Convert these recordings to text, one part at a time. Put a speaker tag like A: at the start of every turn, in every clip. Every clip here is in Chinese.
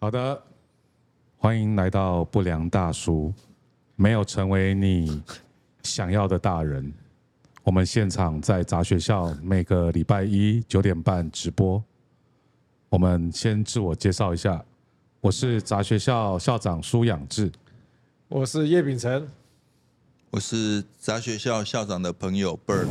A: 好的，欢迎来到不良大叔，没有成为你想要的大人。我们现场在杂学校每个礼拜一九点半直播。我们先自我介绍一下，我是杂学校校长苏养志。
B: 我是叶秉辰，
C: 我是杂学校校长的朋友 Bird，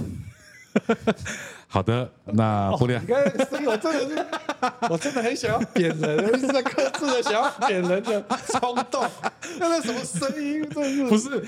A: 好的，那不良
B: 你看声音，我真的 是，我真的很想要扁人，我一直在克制的想要扁人的冲动。那是什么声音？真
A: 不
B: 的是
A: 是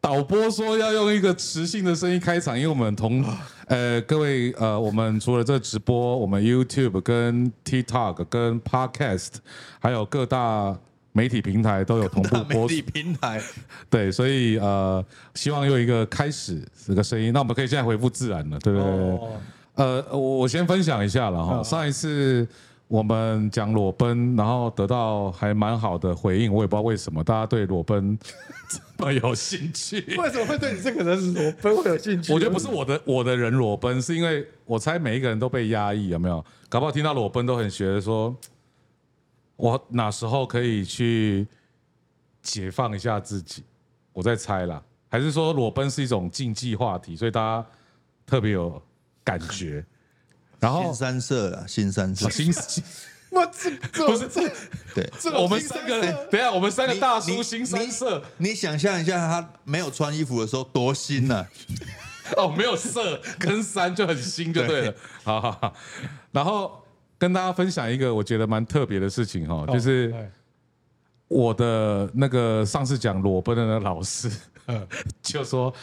A: 导播说要用一个磁性的声音开场，因为我们 同呃各位呃，我们除了这直播，我们 YouTube 跟 TikTok 跟 Podcast，还有各大媒体平台都有同步
C: 大媒
A: 播出
C: 体。平台。
A: 对，所以呃，希望有一个开始这个声音，那我们可以现在回复自然了，对不对？
B: 哦，
A: 呃，我我先分享一下了哈。
B: 嗯
A: 上一次我们讲裸奔，然后得到还蛮好的回应，我也不知道为什么大家对裸奔这么有兴 趣。
B: 为什么会对你这个人裸奔会有兴趣？
A: 我觉得不是我的我的人裸奔，是因为我猜每一个人都被压抑，有没有？搞不好听到裸奔都很觉得说，我哪时候可以去解放一下自己？我在猜啦，还是说裸奔是一种禁忌话题，所以大家特别有感觉。然后
C: 新三社啦，新 三社
A: 啊，新新
B: 我这这
A: 不是这
C: 对。
B: 这种
A: 我们
B: 新
A: 三
B: 三
A: 个
B: 色
A: 人，等一下我们三个
C: 你
A: 大
C: 你
A: 叔新三色
C: 你，你想象一下，他没有穿衣服的时候多新呐、
A: 哦，没有色跟三就很新就对了。好好好，然后跟大家分享一个我觉得蛮特别的事情哈、哦，就是
B: 哎
A: 我的那个上次讲裸奔的那老师
B: 嗯，
A: 就说。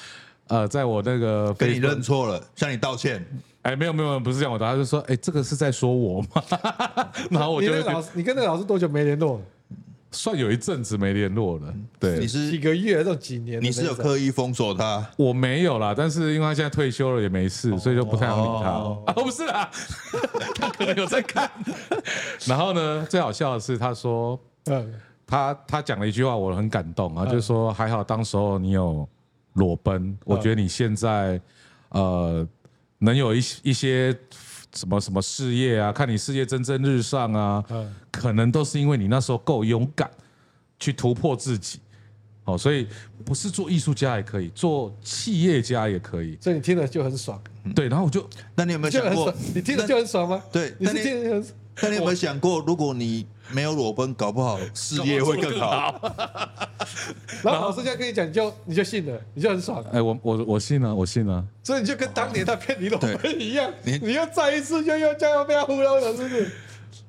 A: 呃，在我那个
C: 跟你
A: Facebook-
C: 认错了，向你道歉。
A: 哎，没有没有，不是这样我的，他就说，哎，这个是在说我吗？ 然哦后我
B: 你
A: 就
B: 那老师，你跟那个老师多久没联络了？
A: 算有一阵子没联络了，对，
C: 你
B: 几
C: 是
B: 个月到几年的那种？
C: 你是有刻意封锁他，
A: 我没有啦，但是因为他现在退休了也没事，所以就不太想理他。
C: 哦
A: 啊，不是啦，他可能有在看。然后呢，最好笑的是，他说
B: 嗯，
A: 他他讲了一句话，我很感动啊，就是说还好当时候你有裸奔，我觉得你现在呃能有一一些什么什么事业啊，看你事业蒸蒸日上啊，
B: 嗯
A: 可能都是因为你那时候够勇敢，去突破自己。哦，所以不是做艺术家也可以，做企业家也可以。
B: 所以你听了就很爽，
C: 嗯
A: 对，然后我就
C: 那你有没有
B: 就
C: 想
B: 很
C: 过
B: 爽，，你听了就很爽吗？
C: 对
B: 你
C: 那
B: 是
C: 你
B: 听了就很爽。
C: 那你有没有想过，如果你没有裸奔，搞不好事业会更好？
B: 然后老师这样跟你讲，你就你就信了，你就很爽。
A: 哎，我我我信啊，我信啊。
B: 所以你就跟当年他骗你裸
C: 对
B: 奔一样，
C: 你
B: 你又再一次就又这样被他忽悠了，是不是？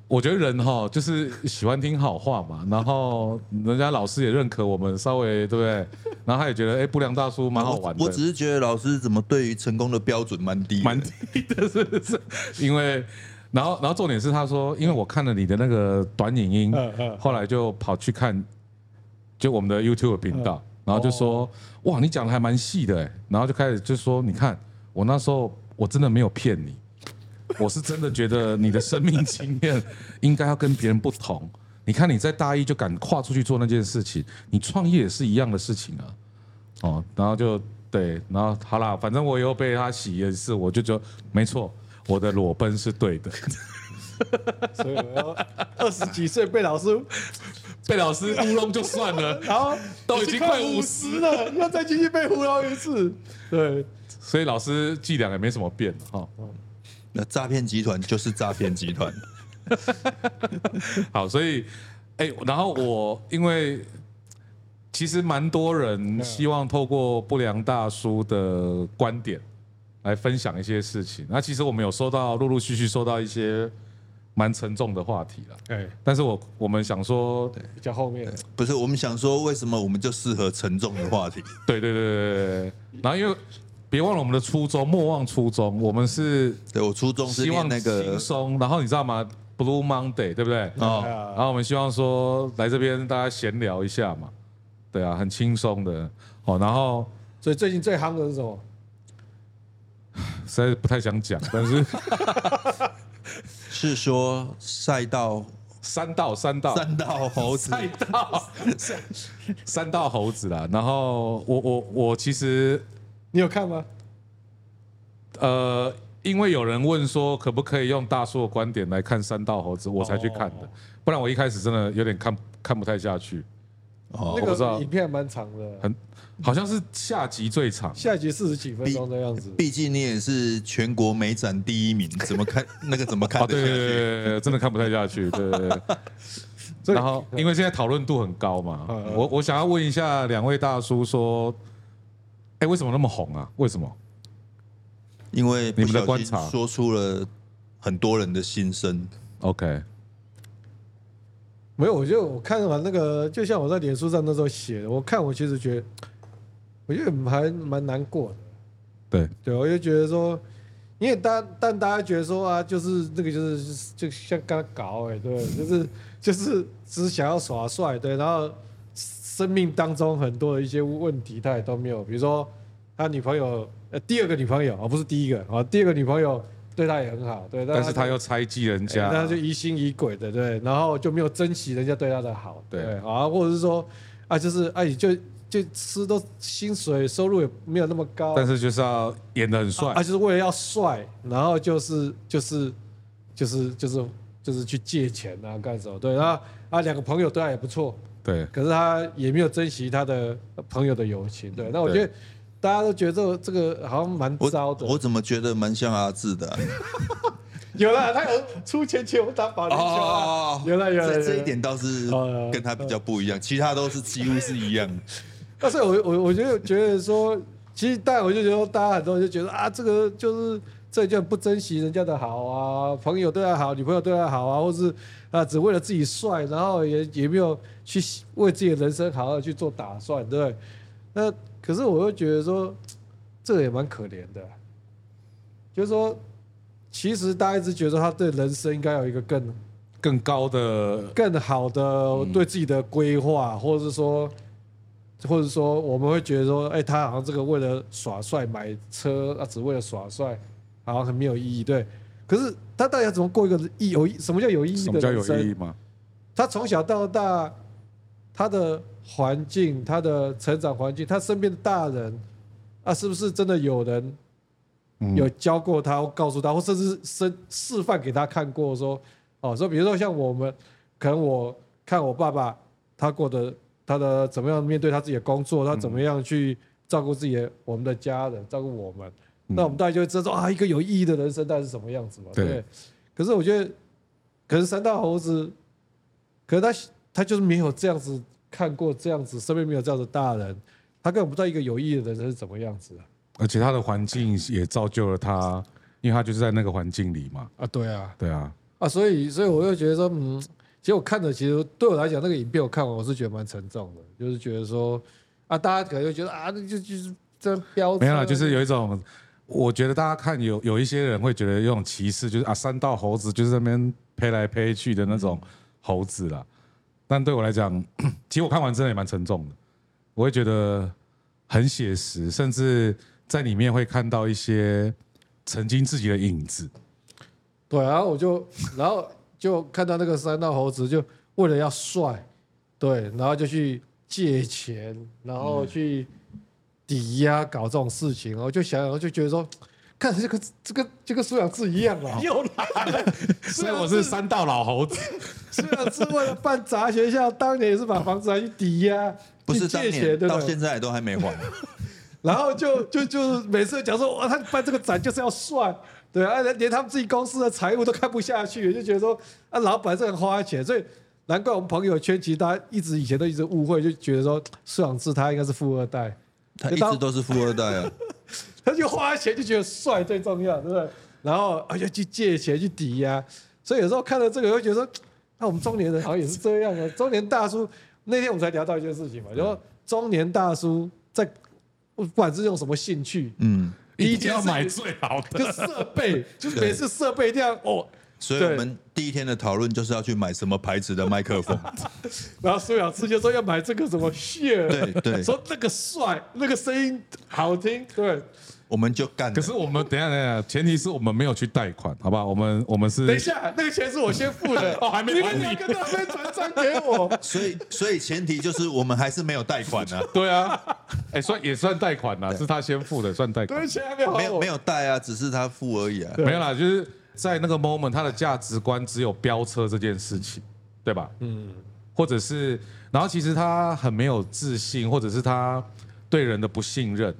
A: 我觉得人哈、就是喜欢听好话嘛，然后人家老师也认可我们，稍微对不对？然后他也觉得，哎，不良大叔蛮好玩的，
C: 我。我只是觉得老师怎么对于成功的标准蛮低的，
A: 蛮 低的，是不是？因为，然后，然后重点是他说，因为我看了你的那个短影音
B: 嗯，嗯
A: 后来就跑去看，就我们的 YouTube 频道，
B: 嗯
A: 然后就
B: 哦
A: 说，哇，你讲的还蛮细的，哎，然后就开始就说，你看我那时候我真的没有骗 你，我是真的觉得你的生命经验应该要跟别人不同。你看你在大一就敢跨出去做那件事情，你创业也是一样的事情啊。哦，然后就对，然后好啦，反正我又被他洗一次，我就觉得没错，我的裸奔是对的。
B: 所以我要二十几岁被老师，
A: 被老师乌龙就算了，
B: 然后
A: 都已经快50
B: 十了，要再继续被忽悠一次。对，
A: 所以老师伎俩也没什么变哈、哦。
C: 嗯那诈骗集团就是诈骗集团，
A: 好，所以哎、然后我因为其实蛮多
C: 嗯
A: 人希望透过不良大叔的观点来分享一些事情，那其实我们有收到陆陆续续收到一些蛮沉重的话题了，
B: 哎，
A: 但是我我们想说，
B: 比较后面，
C: 不是我们想说，为什么我们就适合沉重的 话题？
A: 对对对对对对。然后因为别忘了我们的初衷，莫忘初衷，我们是
C: 对我初中
A: 希
C: 是念
A: 望
C: 那
A: 轻
C: 个
A: 松。然后你知道吗？Blue Monday，对不对？
B: 哎
C: 哦，
B: 呀
A: 然后我们希望说来这边大家闲聊一下嘛，对啊，很轻松的哦。然后
B: 所以最近最夯的是什么？
A: 实在是不太想讲，但 是
C: 是说赛道
A: 三道三道
C: 三道猴子，
A: 赛道三道猴子啦。然后我我我其实
B: 你有看吗？
A: 呃因为有人问说可不可以用大叔的观点来看三道猴子，我才去看的，不然我一开始真的有点看看不太下去。
C: 哦
A: 我不
B: 那
A: 知道
B: 个影片还蛮长的，
A: 很好像是下集最长，
B: 下一集四十几分钟的样子。
C: 毕竟你也是全国美展 第一名，怎么看那个怎么
A: 啊，
C: 看得
A: 对
C: 下
A: 对对
C: 去？
A: 对对，真的看不太下 去，对对对。然后，因为现在讨论度很高嘛，
B: 嗯
A: 我我想要问一下两位大叔说，哎，为什么那么红啊？为什么？
C: 因为不
A: 你们的
C: 小
A: 观
C: 心
A: 察
C: 说出了很多人的心声。
A: OK，
B: 没有，我就我看完那个，就像我在脸书上那时候写的，我看我其实觉得，我觉得还蛮难过的。
A: 对，
B: 对，我就觉得说，因为大但大家觉得说啊，就是那个就是就像跟他搞哎、对，就是就是只想要耍帅，对，然后生命当中很多的一些问题他也都没有，比如说他女朋友呃第二个女朋友哦不是第一个哦第二个女朋友对他也很好，对，
A: 但是他
B: 又。
A: 又猜忌人
B: 哎
A: 家，
B: 那他就疑心疑鬼的，对，然后就没有珍惜人家对他的好，
A: 对
B: 对，啊，或者是说，啊，就是哎、你就就吃都薪水收入也没有那么高，
A: 但是就是要演的很帅
B: 啊，，就是为了要帅，然后就是就是就是就是就是去借钱啊，干什么？对，然后啊，两个朋友对他也不错，
A: 对
B: 可是他也没有珍惜他的朋友的友情，对，那我觉得大家都觉得这个这个好像蛮
C: 我
B: 糟的，
C: 我怎么觉得蛮像阿 志的啊？
B: 有了，他有出钱请我打保龄球啊，
A: 哦
B: 有了有了，有
C: 哦这
B: 了
C: 这一点倒是
B: 哦
C: 跟他比较不一样，其他都是几乎是一样。
B: 但是我我我觉得觉得说，其实但我就觉得大家很多人就觉得啊，这个就是这就不珍惜人家的好啊，朋友对他好，女朋友对他好啊，或是啊只为了自己帅，然后也也没有去为自己的人生好好去做打算，对不对？那可是我又觉得说，这个也蛮可怜的，就是说，其实大家一直觉得他对人生应该有一个更
A: 更高的
B: 更好
A: 嗯
B: 的对自己的规划，或者是说，或者说我们会觉得说，哎、他好像这个为了耍帅买车，啊，只为了耍帅，好像很没有意义。对，可是他到底要怎么过一个意有意？什么叫有意义
A: 什
B: 的
A: 么叫
B: 人
A: 有
B: 生？
A: 意义吗？
B: 他从小到大，他的环境、他的成长环境、他身边的大人，啊，是不是真的有人
A: 嗯
B: 有教过他，或告诉他，或甚至示示范给他看过说，哦，说比如说像我们，可能我看我爸爸他过的他的怎么样面对他自己的工作，他怎么样去照顾自己的我们的家人，照顾我们，那我们大家就会知道说啊，一个有意义的人生大概是什么样子嘛，
A: 对
B: 对不对？可是我觉得，可能三大猴子，可是他他就是没有这样子看过这样子，身边没有这样的大人，他根本不知道一个有意义的人生是怎么样子啊。
A: 而且他的环境也造就了他，因为他就是在那个环境里嘛，
B: 啊，对啊，
A: 对啊，
B: 啊，所以所以我就觉得说，嗯，其实我看的，其实对我来讲，那个影片我看完，我是觉得蛮沉重的，就是觉得说，啊，大家可能就觉得啊，那就就是这样飙车，
A: 没有啦，就是有一种，我觉得大家看有有一些人会觉得有种歧视，就是啊，三道猴子就是在那边飞来飞去的那种猴子啦。但对我来讲， 其实我看完真的也蛮沉重的，我会觉得很写实，甚至在里面会看到一些曾经自己的影子。
B: 对，啊然后我就，然后就看到那个三道猴子，就为了要帅，对，然后就去借钱，然后去抵押搞这种事情，我就想想，我就觉得说，看这个这个这跟苏养志一样啊，又来了，
A: 所以我是三道老猴子，
B: 啊 苏养志为了办杂学校，当年也是把房子拿去抵押，
C: 不
B: 去
C: 是当
B: 借
C: 年
B: 钱，对
C: 到
B: 不对
C: 现？在都还 没还，
B: 然后就就就每次讲说，哇，他办这个展就是要帅，对啊，连连他们自己公司的财务都看不下去，就觉得说啊，老板是很花钱，所以难怪我们朋友圈其实大家一直以前都一直误会，就觉得说苏养志他应该是富二代，
C: 他一直都是富二代啊。
B: 他就花钱就觉得帅最重要，对不对？然后啊就去借钱去抵押，所以有时候看到这个会觉得说，那、我们中年人好像也是这样啊。中年大叔那天我们才聊到一件事情嘛，就说中年大叔在不管是用什么兴趣，
C: 嗯，
A: 一定
B: 件
A: 要
B: 事
A: 买最好的。
B: 就设备，就是每次设备一定要哦。
C: 所以
B: 对
C: 我们第一天的讨论就是要去买什么牌子的麦克风。
B: 然后苏小志就说要买这个什么 share，
C: 对对
B: 说那个帅，那个声音好听，对，
C: 我们就干了。
A: 可是我们等一下等一下，前提是我们没有去贷款，好吧？我们我们是
B: 等一下，那个钱是我先付的，
A: 哦还没
B: 你
A: 还
B: 们
A: 你
B: 两个都没转账给我，
C: 所以所以前提就是我们还是没有贷款啊，
A: 对啊， 哎、算也算贷款啦，是他先付的，算 贷款
B: 对，。钱还没还我，
C: 没有没有贷啊，只是他付而已啊。
A: 没有啦，就是在那个 moment，他的价值观只有飙车这件事情，对吧？嗯，或者是，然后其实他很没有自信，或者是他对人的不信任，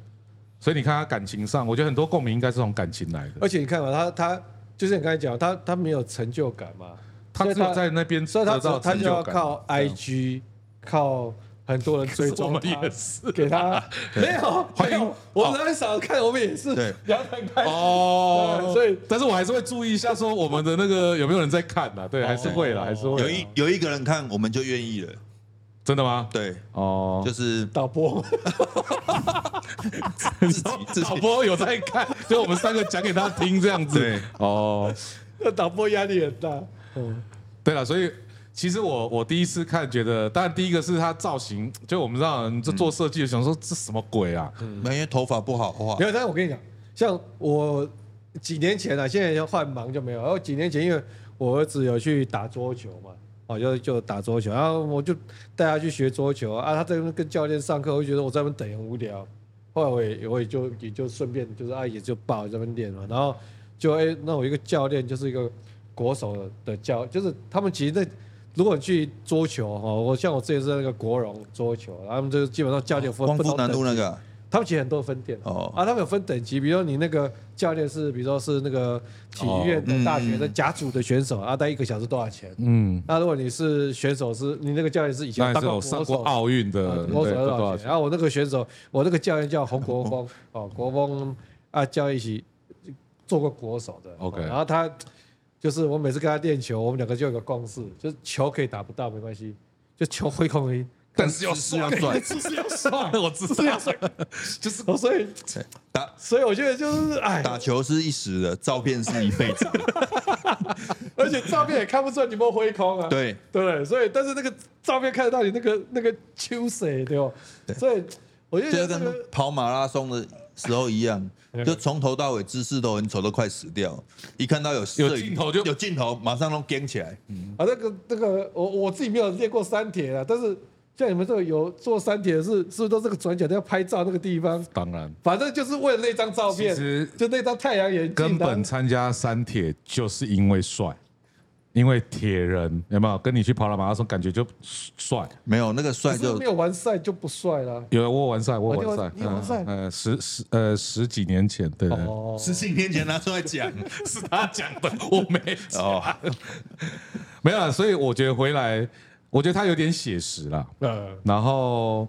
A: 所以你看他感情上，我觉得很多共鸣应该是从感情来的。
B: 而且你看嘛，他他就是你刚才讲，他他没有成就感嘛，
A: 他只
B: 所以
A: 有在那边
B: 所以他
A: 得到
B: 他
A: 成
B: 就
A: 就
B: 要
A: 感
B: 靠 IG，靠很多人追踪
A: 可是我
B: 他
A: 们也是啊
B: 给他没有
A: 欢迎
B: 没有我们很少看，我们也是
C: 对
B: 聊得很开心。
A: 哦
B: 对所以
A: 但是我还是会注意一下，说我们的那个有没有人在看呐？
B: 哦
A: 对，还啊是会啦，还是会啦。
C: 有一有一个人看，我们就愿意了。
A: 真的吗？
C: 对，
A: 哦，
C: 就是
B: 导播，
C: 自己自己
A: 导播有在看，所以我们三个讲给他听这样子。
C: 对，
A: 哦，
B: 那导播压力很大。嗯，
A: 对了，所以其实我我第一次看，觉得，当然第一个是他造型，就我们知道，你这做设计的想说这什么鬼啊？
C: 没嗯有因为头发不好画
B: 没，有，但是我跟你讲，像我几年前啊，现在要换忙就没有。然后几年前，因为我儿子有去打桌球嘛，哦，就就打桌球，然后我就带他去学桌球啊。他在那边跟教练上课，我就觉得我在那边等很无聊。后来我也我也就也就顺便就是啊，也就报这边练嘛。然后就哎、那我一个教练就是一个国手的的教，就是他们其实那。如果你去桌球哦，我像我之前是那个国荣桌球，然后他们就基本上教练分
C: 光
B: 不同
C: 复南
B: 等
C: 路
B: 级
C: 那个啊
B: 他们其实很多分店
C: 哦
B: 哦，啊，他们有分等级，比如说你那个教练是，比如说是那个体育院的大学的甲组的选手，啊，待一个小时多少钱？
A: 嗯，
B: 那如果你是选手是，你那个教练是以前
A: 那也
B: 当
A: 是
B: 过
A: 有
B: 国
A: 上
B: 手
A: 过奥运的，
B: 嗯
A: 呃对
B: 国手
A: 多
B: 多少
A: 少
B: 钱？
A: 钱？
B: 然后我那个选手，我那个教练叫洪国峰，哦，国峰啊，教一起做过国手的
A: OK
B: 然后他就是我每次跟他练球，我们两个就有个共识，就是球可以打不到没关系，就球挥空而已，
A: 但是要
C: 是要
A: 帅，
C: 帅
A: 是要帅，我知道，就是
B: 哦所以
C: 打
B: 所以我觉得就是哎，
C: 打球是一时的，照片是一辈子的。
B: 而且照片也看不出来你有没有挥空啊。
C: 对，
B: 对，所以但是那个照片看得到你那个那个秋水，对吧？所以我
A: 啊
B: 就觉得
C: 就
B: 这个
C: 跟跑马拉松的时候一样，就从头到尾姿势都很丑，都快死掉。一看到有摄影
A: 有镜头就
C: 有镜头，马上都跟起来。
B: 啊，那个那个我我自己没有练过山铁啊，但是像你们这个有做山铁的是是不是都这个转角都要拍照那个地方？
A: 当然。
B: 反正就是为了那张照片
A: 其实，
B: 就那张太阳眼镜，啊
A: 根本参加三铁就是因为帅，因为铁人有没有？跟你去跑了马拉松，感觉就帅。
C: 没有那个帅
B: 然后只是
C: 就
B: 没有完赛就不帅啦。
A: 有我有完赛，我有完赛
B: 哦，你有玩赛
A: 嗯呃，十十呃十几年前，对对，
B: 哦，
C: 十几年前拿出来讲
A: 是他讲的，我没
C: 哦，
A: 没有啦，啊所以我觉得回来，我觉得他有点写实啦，
B: 呃，
A: 然后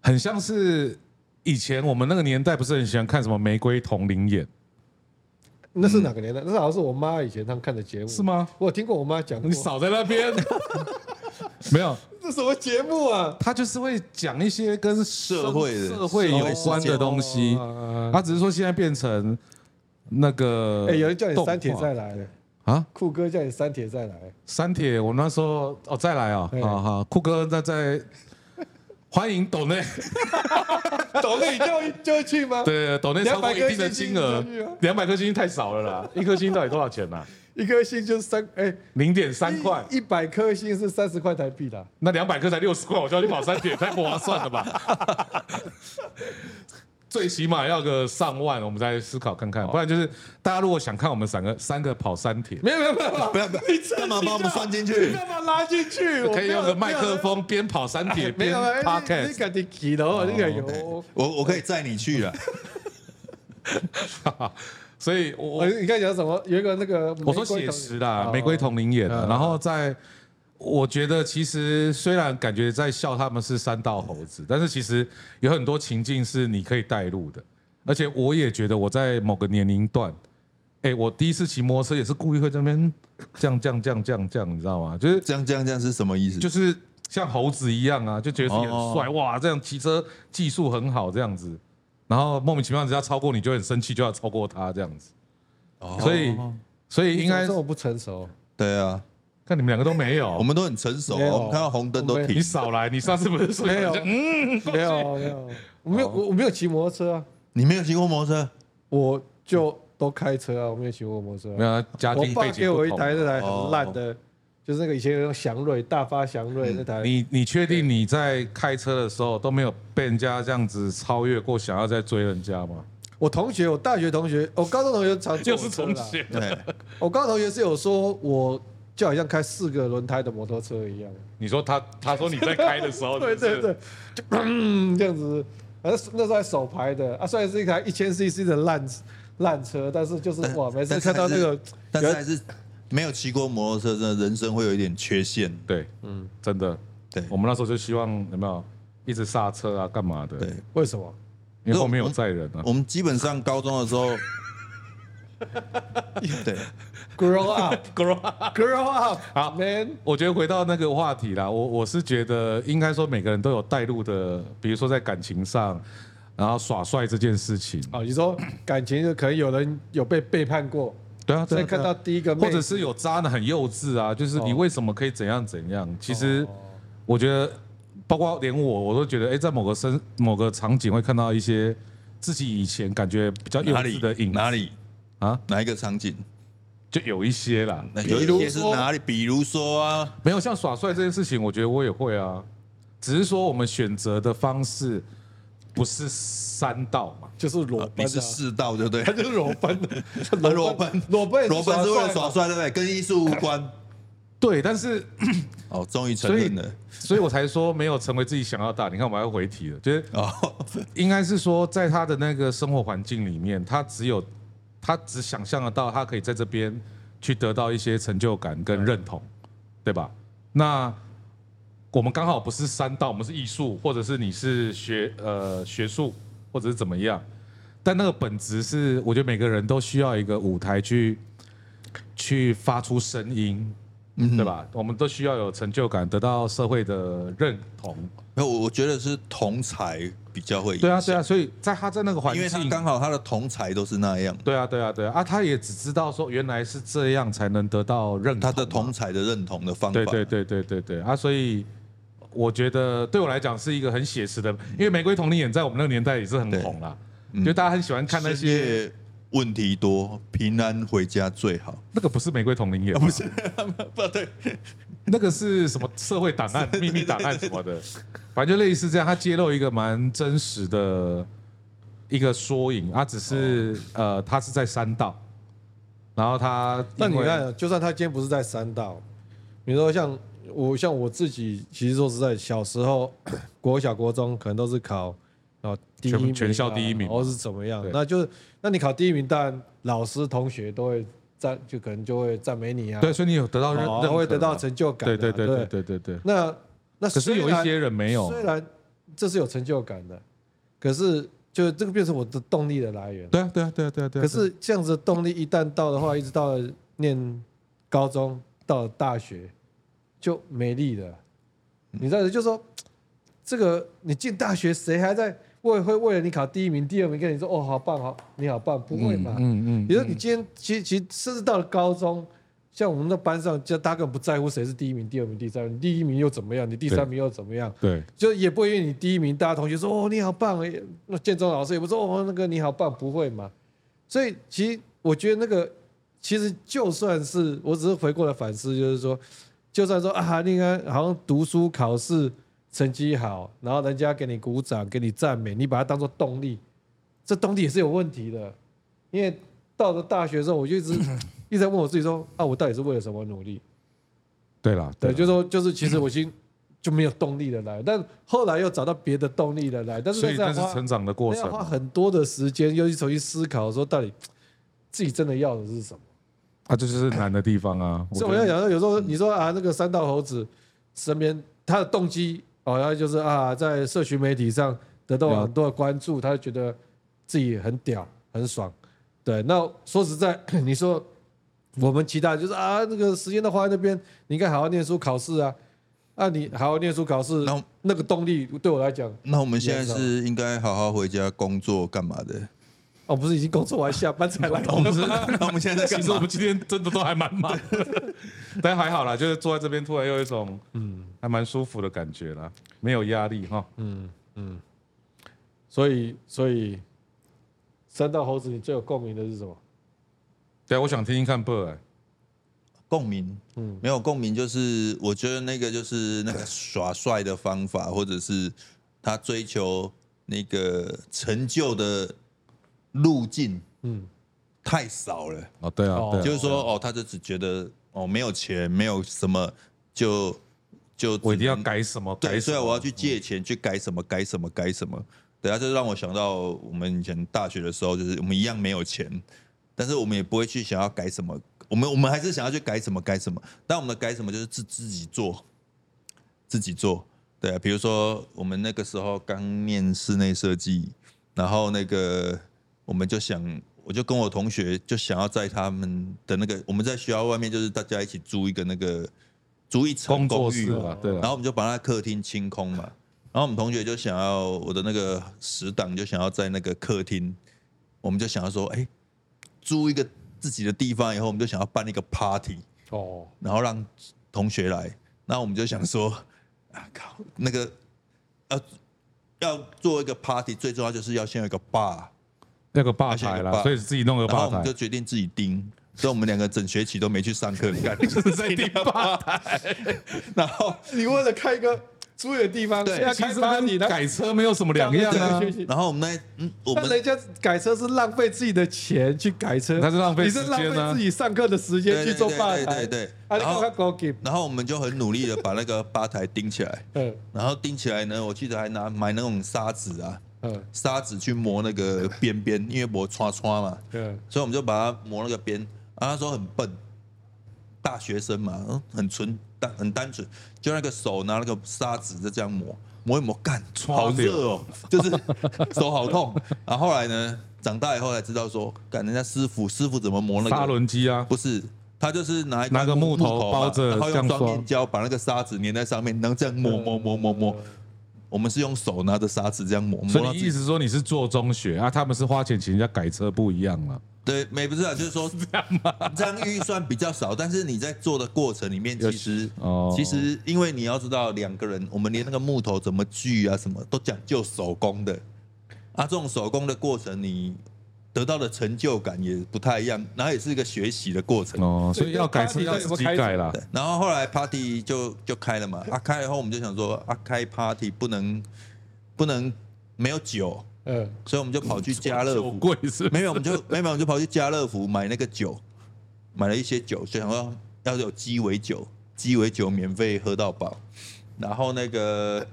A: 很像是以前我们那个年代，不是很喜欢看什么《玫瑰同林眼》
B: 嗯那是哪个年代？那是好像是我妈以前他们看的节目，
A: 是？吗？
B: 我有听过我妈讲过，
A: 你少在那 边，没有，
B: 这什么节目啊？
A: 他就是会讲一些跟
C: 社会的
A: 社会有关的东西，
B: 哦
A: 他只是说现在变成那个，
B: 哎、有人叫你删帖再来了，
A: 啊。
B: 酷哥叫你删帖再来，
A: 三铁，我那时候哦，再来哦，
B: 对
A: 好好，酷哥那在欢迎抖 内，
B: 懂了你就就会去吗？，
A: 对抖内超过
B: 200
A: 一定的金额
B: 颗星啊星，
A: 两百颗星星太少了 啦，一颗星到底多少钱呐、
B: 一颗星就是三哎，
A: 零点三块，
B: 啊一百颗星是三十块台币啦。
A: 那两百颗才六十块，我就要去跑三铁，太不划算 了吧？最起码要个上万，我们再思考看看，不然就是大家如果想看我们三个三个跑三铁，
B: 没有没有没有，
C: 不要不要
B: 你自己
C: 干嘛把我们算进去
B: 你干嘛拉进去？我
A: 可以
B: 没有
A: 用个麦克，风边跑三铁
B: 没
A: 边
B: 有没有没有哎你你
A: podcast，
B: 肯定记的哦，你个有。
C: 我我可以载你去了。
A: 所以我我
B: 我你刚才讲什么？有一个那个
A: 我说写实啦，玫瑰同龄演的。
B: 嗯
A: 然后在，我觉得其实虽然感觉在笑他们是三道猴子，但是其实有很多情境是你可以带入的。而且我也觉得我在某个年龄段，哎，我第一次骑摩托车也是故意会这边这样这样这样这样这样，你知道吗？就是
C: 这样这样这样是什么意思？
A: 就是像猴子一样啊，就觉得自己
C: 哦
A: 很帅哇，这样骑车技术很好这样子。然后莫名其妙，只要超过你就很生气，就要超过他这样子。所以，所以应该
B: 这么不成熟，
C: 对啊，
A: 看你们两个都没
C: 我
A: 有，
C: 们都很成熟啊，
B: 没有
C: 我们看到红灯都
A: 你
C: 停。
A: 少来，你上次不是说
B: 没有
A: 嗯，
B: 没有没有，我没有我我没有骑摩托车啊，
C: 你没有骑过摩托车？
B: 我就都开车啊，我没有骑过摩托车啊、
A: 没有他家
B: 我
A: 庭
B: 爸
A: 背
B: 给
A: 景
B: 我
A: 不
B: 一台
A: 同。
B: 那台
C: 哦
B: 很烂的，就是那个以前有那种祥瑞大发祥瑞那台，
A: 嗯你你确定你在开车的时候都没有被人家这样子超越过，想要再追人家吗？
B: 我同学，我大学同学，我高中同学常坐
D: 就
B: 我
D: 是
B: 车
D: 从
B: 啦
D: 前
C: 对，
B: 我高中同学是有说我就好像开四个轮胎的摩托车一样，
A: 你说他他说你在开的时候，
B: 对对对，就 砰这样子，反正那时候还手排的啊，虽然是一台一千 CC 的烂烂车，但是就是
C: 但
B: 哇，每次
C: 但是
B: 看到那
C: 还
B: 个
C: 是，但是还是没有骑过摩托车，真的人生会有一点缺陷。
A: 对，嗯，真的，
C: 对
A: 我们那时候就希望有没有一直刹车啊，干嘛的？
C: 对，，
B: 为什么？
A: 因为后面有载人啊。
C: 我们基本上高中的时 候，对
B: Grow
D: 哦
B: up, grow up, grow up，
A: 好
B: ，man，
A: 我觉得回到那个话题啦，我我是觉得应该说每个人都有带入的，比如说在感情上，然后耍帅这件事情，
B: 哦，你说感情就可能有人有被背叛过，
A: 对啊，
B: 所
A: 对
B: 以
A: 啊，
B: 看
A: 对
B: 到
A: 啊
B: 第一个妹子，
A: 或者是有渣男很幼稚啊，就是你
B: 哦
A: 为什么可以怎样怎样？其实
B: 哦
A: 我觉得，包括连我，我都觉得，哎，在某个身某个场景会看到一些自己以前感觉比较幼
C: 哪
A: 稚的
C: 里
A: 影
C: 哪里
A: 啊，
C: 哪一个场景？
A: 就有一些啦，
C: 那
B: 比如
C: 有
B: 说
C: 一些是哪里？比如说啊，
A: 没有像耍帅这件事情，我觉得我也会啊，只是说我们选择的方式不是三道嘛。
B: 就是裸奔、啊，
C: 你是世道对 不对？
B: 他就是裸 奔的，
C: 啊裸奔，
B: 裸奔也
C: 裸奔是为了耍
B: 嘛，
C: 帅
A: 啊
C: 对不对？跟艺术无关。
A: 对，但是
C: 哦，终于承
A: 所以
C: 认了。
A: 所以我才说没有成为自己想要的大。你看，我们还回题了，就是
C: 哦，
A: 应该是说，在他的那个生活环境里面，他只有他只想象得到，他可以在这边去得到一些成就感跟认同，对吧？那我们刚好不是三道，我们是艺术，或者是你是学呃学术，或者是怎么样。但那个本质是，我觉得每个人都需要一个舞台去去发出声音，对吧？我们都需要有成就感，得到社会的认同。
C: 没有，我我觉得是同才比较会赢
A: 对，啊，对啊，所以在他在那个环
C: 因
A: 境，
C: 为他刚好他的同才都是那样，
A: 对啊，对啊，对啊，啊，他也只知道说原来是这样才能得到认同嘛，
C: 他的同才的认同的方法。
A: 对对对对对对啊，所以我觉得对我来讲是一个很写实的，因为玫瑰童林演在我们那个年代也是很红啦，就大家很喜欢看那些，
C: 深夜问题多，平安回家最好。
A: 那个不是玫瑰童林演，
C: 不是，
B: 哦
C: 不对，
A: 那个是什么社会档案、秘密档案什么的，反正就类似这样，他揭露一个蛮真实的一个缩影，啊，只是
B: 哦
A: 呃，他是在山道，然后他
B: 那
A: 因
B: 你
A: 为
B: 看啊，就算他今天不是在山道，比如说像我，像我自己，其实说实在，小时候 国小、国中可能都是考啊第一
A: 全部
B: 名啊、
A: 全校第一名嘛
B: 或是怎么样
A: 对，
B: 那就是那你考第一名，当然老师、同学都会赞，就可能就会赞美你啊，
A: 对，所以你有得到认，
B: 哦，
A: 认可
B: 会得到
A: 嘛
B: 成就感啊、
A: 对对对
B: 对
A: 对对对对。
B: 那那
A: 可是有一
B: 虽然
A: 些人没有
B: 虽，然这是有成就感的，可是就这个变成我的动力的来源。
A: 对啊对啊对啊对啊对啊。
B: 可是这样子的动力一旦到的话，一直到了念高中，到了大学就没力了。
A: 嗯
B: 你知道，就说这个你进大学，谁还在为会为了你考第一名、第二名跟你说哦好棒好你好棒？不会嘛？
A: 嗯嗯
B: 你说你今天其实其实甚至到了高中，像我们的班上，就大家根本不在乎谁是第一名、第二名、第三名，第一名又怎么样？你第三名又怎么样？
A: 对
B: 就也不会因为你第一名，大家同学说哦你好棒，哎那建中老师也不说哦那个你好棒，不会嘛？所以其实我觉得那个其实就算是我只是回过来反思，就是说，就算说啊，你看好像读书考试成绩好，然后人家给你鼓掌、给你赞美，你把它当做动力，这动力也是有问题的，因为到了大学之后，我就一直 一直在问我自己说啊，我到底是为了什么努力？
A: 对啊啦，
B: 对，
A: 啦
B: 就是说，就是其实我已经就没有动力了来，但后来又找到别的动力了来，但是
A: 所以
B: 那
A: 那
B: 是
A: 是
B: 要花
A: 成长的过
B: 那要花
A: 程啊
B: 很多的时间，又去重新思考说到底自己真的要的是什么。
A: 啊，这就是难的地方啊。
B: 所
A: 觉
B: 以我
A: 得
B: 在想说，有时候你说啊，那个三道猴子身边他的动机哦，然后就是啊，在社群媒体上得到很多的关注，他就觉得自己很屌很爽。对，那说实在， 你说我们其他人就是啊，那个时间都花在那边，你应该好好念书考试啊。啊，你好好念书考试
C: 那我，
B: 那个动力对我来讲，
C: 那我们现在
B: 也
C: 是应该好好回家工作干嘛的？
B: 哦，不是已经工作完下班才来
C: 我们是， 那我们现在在
A: 其
C: 干
A: 实我
C: 嘛？
A: 们今天真的都还蛮 忙的，但还好啦，就是坐在这边突然又有一种嗯，还蛮舒服的感觉啦，没有压力哈。
B: 所以，所以三道猴子，你最有共鸣的是什么？
A: 对啊，我想听听看 Bird，哎
C: 共鸣，
B: 嗯
C: 没有共鸣，就是我觉得那个就是那个耍帅的方法，或者是他追求那个成就的路径
B: 嗯，
C: 太少了。
A: 哦，对啊
B: 哦，
A: 对啊，
C: 就是说，哦，他就只觉得哦，没有钱，没有什么，就就只
A: 我一定要
C: 能
A: 改什么改
C: 对，
A: 什
C: 所以
A: 么，嗯
C: 我要去借钱，去改什么改什么改什么。对啊，这就让我想到我们以前大学的时候，就是我们一样没有钱，但是我们也不会去想要改什么，我们我们还是想要去改什么改什么，但我们的改什么就是自自己做，自己做。对啊，比如说我们那个时候刚念室内设计，然后那个我们就想，我就跟我同学就想要在他们的那个我们在学校外面，就是大家一起租一个那个租一
A: 工
C: 层公
A: 作
C: 寓
A: 室啊，对
C: 然后
A: 啊，
C: 我们就把他客厅清空嘛。然后我们同学就想要我的那个死党就想要在那个客厅，我们就想要说，哎，租一个自己的地方以后，我们就想要办一个 party，
B: 哦，
C: 然后让同学来。那我们就想说，啊靠，那个要要做一个 party，最重要就是要先有一个 bar。
A: 那个吧
C: 而且有
A: 台
C: 个
A: 啦，
C: 吧
A: 所以自己弄个
C: 然后
A: 吧
C: 我们就
A: 台，
C: 决定自己盯，所以我们两个整学期都没去 上课，你看，就是在盯吧台。然后
B: 你为了开一个租的地方，
C: 对
B: 现在
A: 其
B: 开
A: 实
B: 发你
A: 跟
B: 的，
A: 改车没有什么两样啊，
C: 然后我们那嗯，我
B: 但
C: 们
B: 人家改车是浪费自己的钱去改车，
A: 那是浪费
B: 你是
A: 时
B: 浪
A: 间啊
B: 费自己上课的时间去做吧台，
C: 对对对对对
B: 啊，你
C: 然
B: 搞
C: 后
B: 个高级，
C: 然后我们就很努力的把那个吧台钉起来，
B: 嗯
C: 然后钉起来呢，我记得还拿买那种砂纸啊，
B: 嗯
C: 砂纸去磨那个边边，因为磨刷刷嘛，
B: 嗯，
C: 所以我们就把它磨那个边。啊，他说很笨，大学生嘛，嗯很纯单很单纯，就那个手拿那个砂纸就这样磨，磨一磨，干，好热哦，就是手好痛。然后后来呢，长大以后才知道说，干人家师傅师傅怎么磨那个
A: 砂轮机啊，
C: 不是，他就是拿一
A: 拿个木
C: 木
A: 头
C: 嘛
A: 包着
C: 然后
A: 这样
C: 用双
A: 刷
C: 面胶把那个砂纸粘在上面，然后这样磨磨磨磨磨。我们是用手拿着砂纸这样磨，磨
A: 所
C: 到
A: 以
C: 自
A: 你
C: 己
A: 意思说你是做中学啊，他们是花钱请人家改车不一样了，
C: 对，没不是啊，就是说这样嘛，这样预算比较少，但是你在做的过程里面，
A: 有
C: 其实
A: 哦
C: 其实因为你要知道两个人，我们连那个木头怎么锯啊，什么都讲究手工的啊，这种手工的过程，你得到的成就感也不太一样，然后也是一个学习的过程。
A: 哦，所以要改车
B: 所以
A: 要
B: 到底
A: 自己
B: 有没有开
A: 改啦，
C: 对，然后后来 party 就就开了嘛，啊开了以后我们就想说啊开 party 不能不能没有酒，
B: 嗯，
C: 所以我们就跑去家乐
A: 酒
C: 福，
A: 贵是
C: 没有我们就没有没有我们就跑去家乐福买那个酒，买了一些酒，就想说要有鸡尾酒，鸡尾酒免费喝到饱，然后那个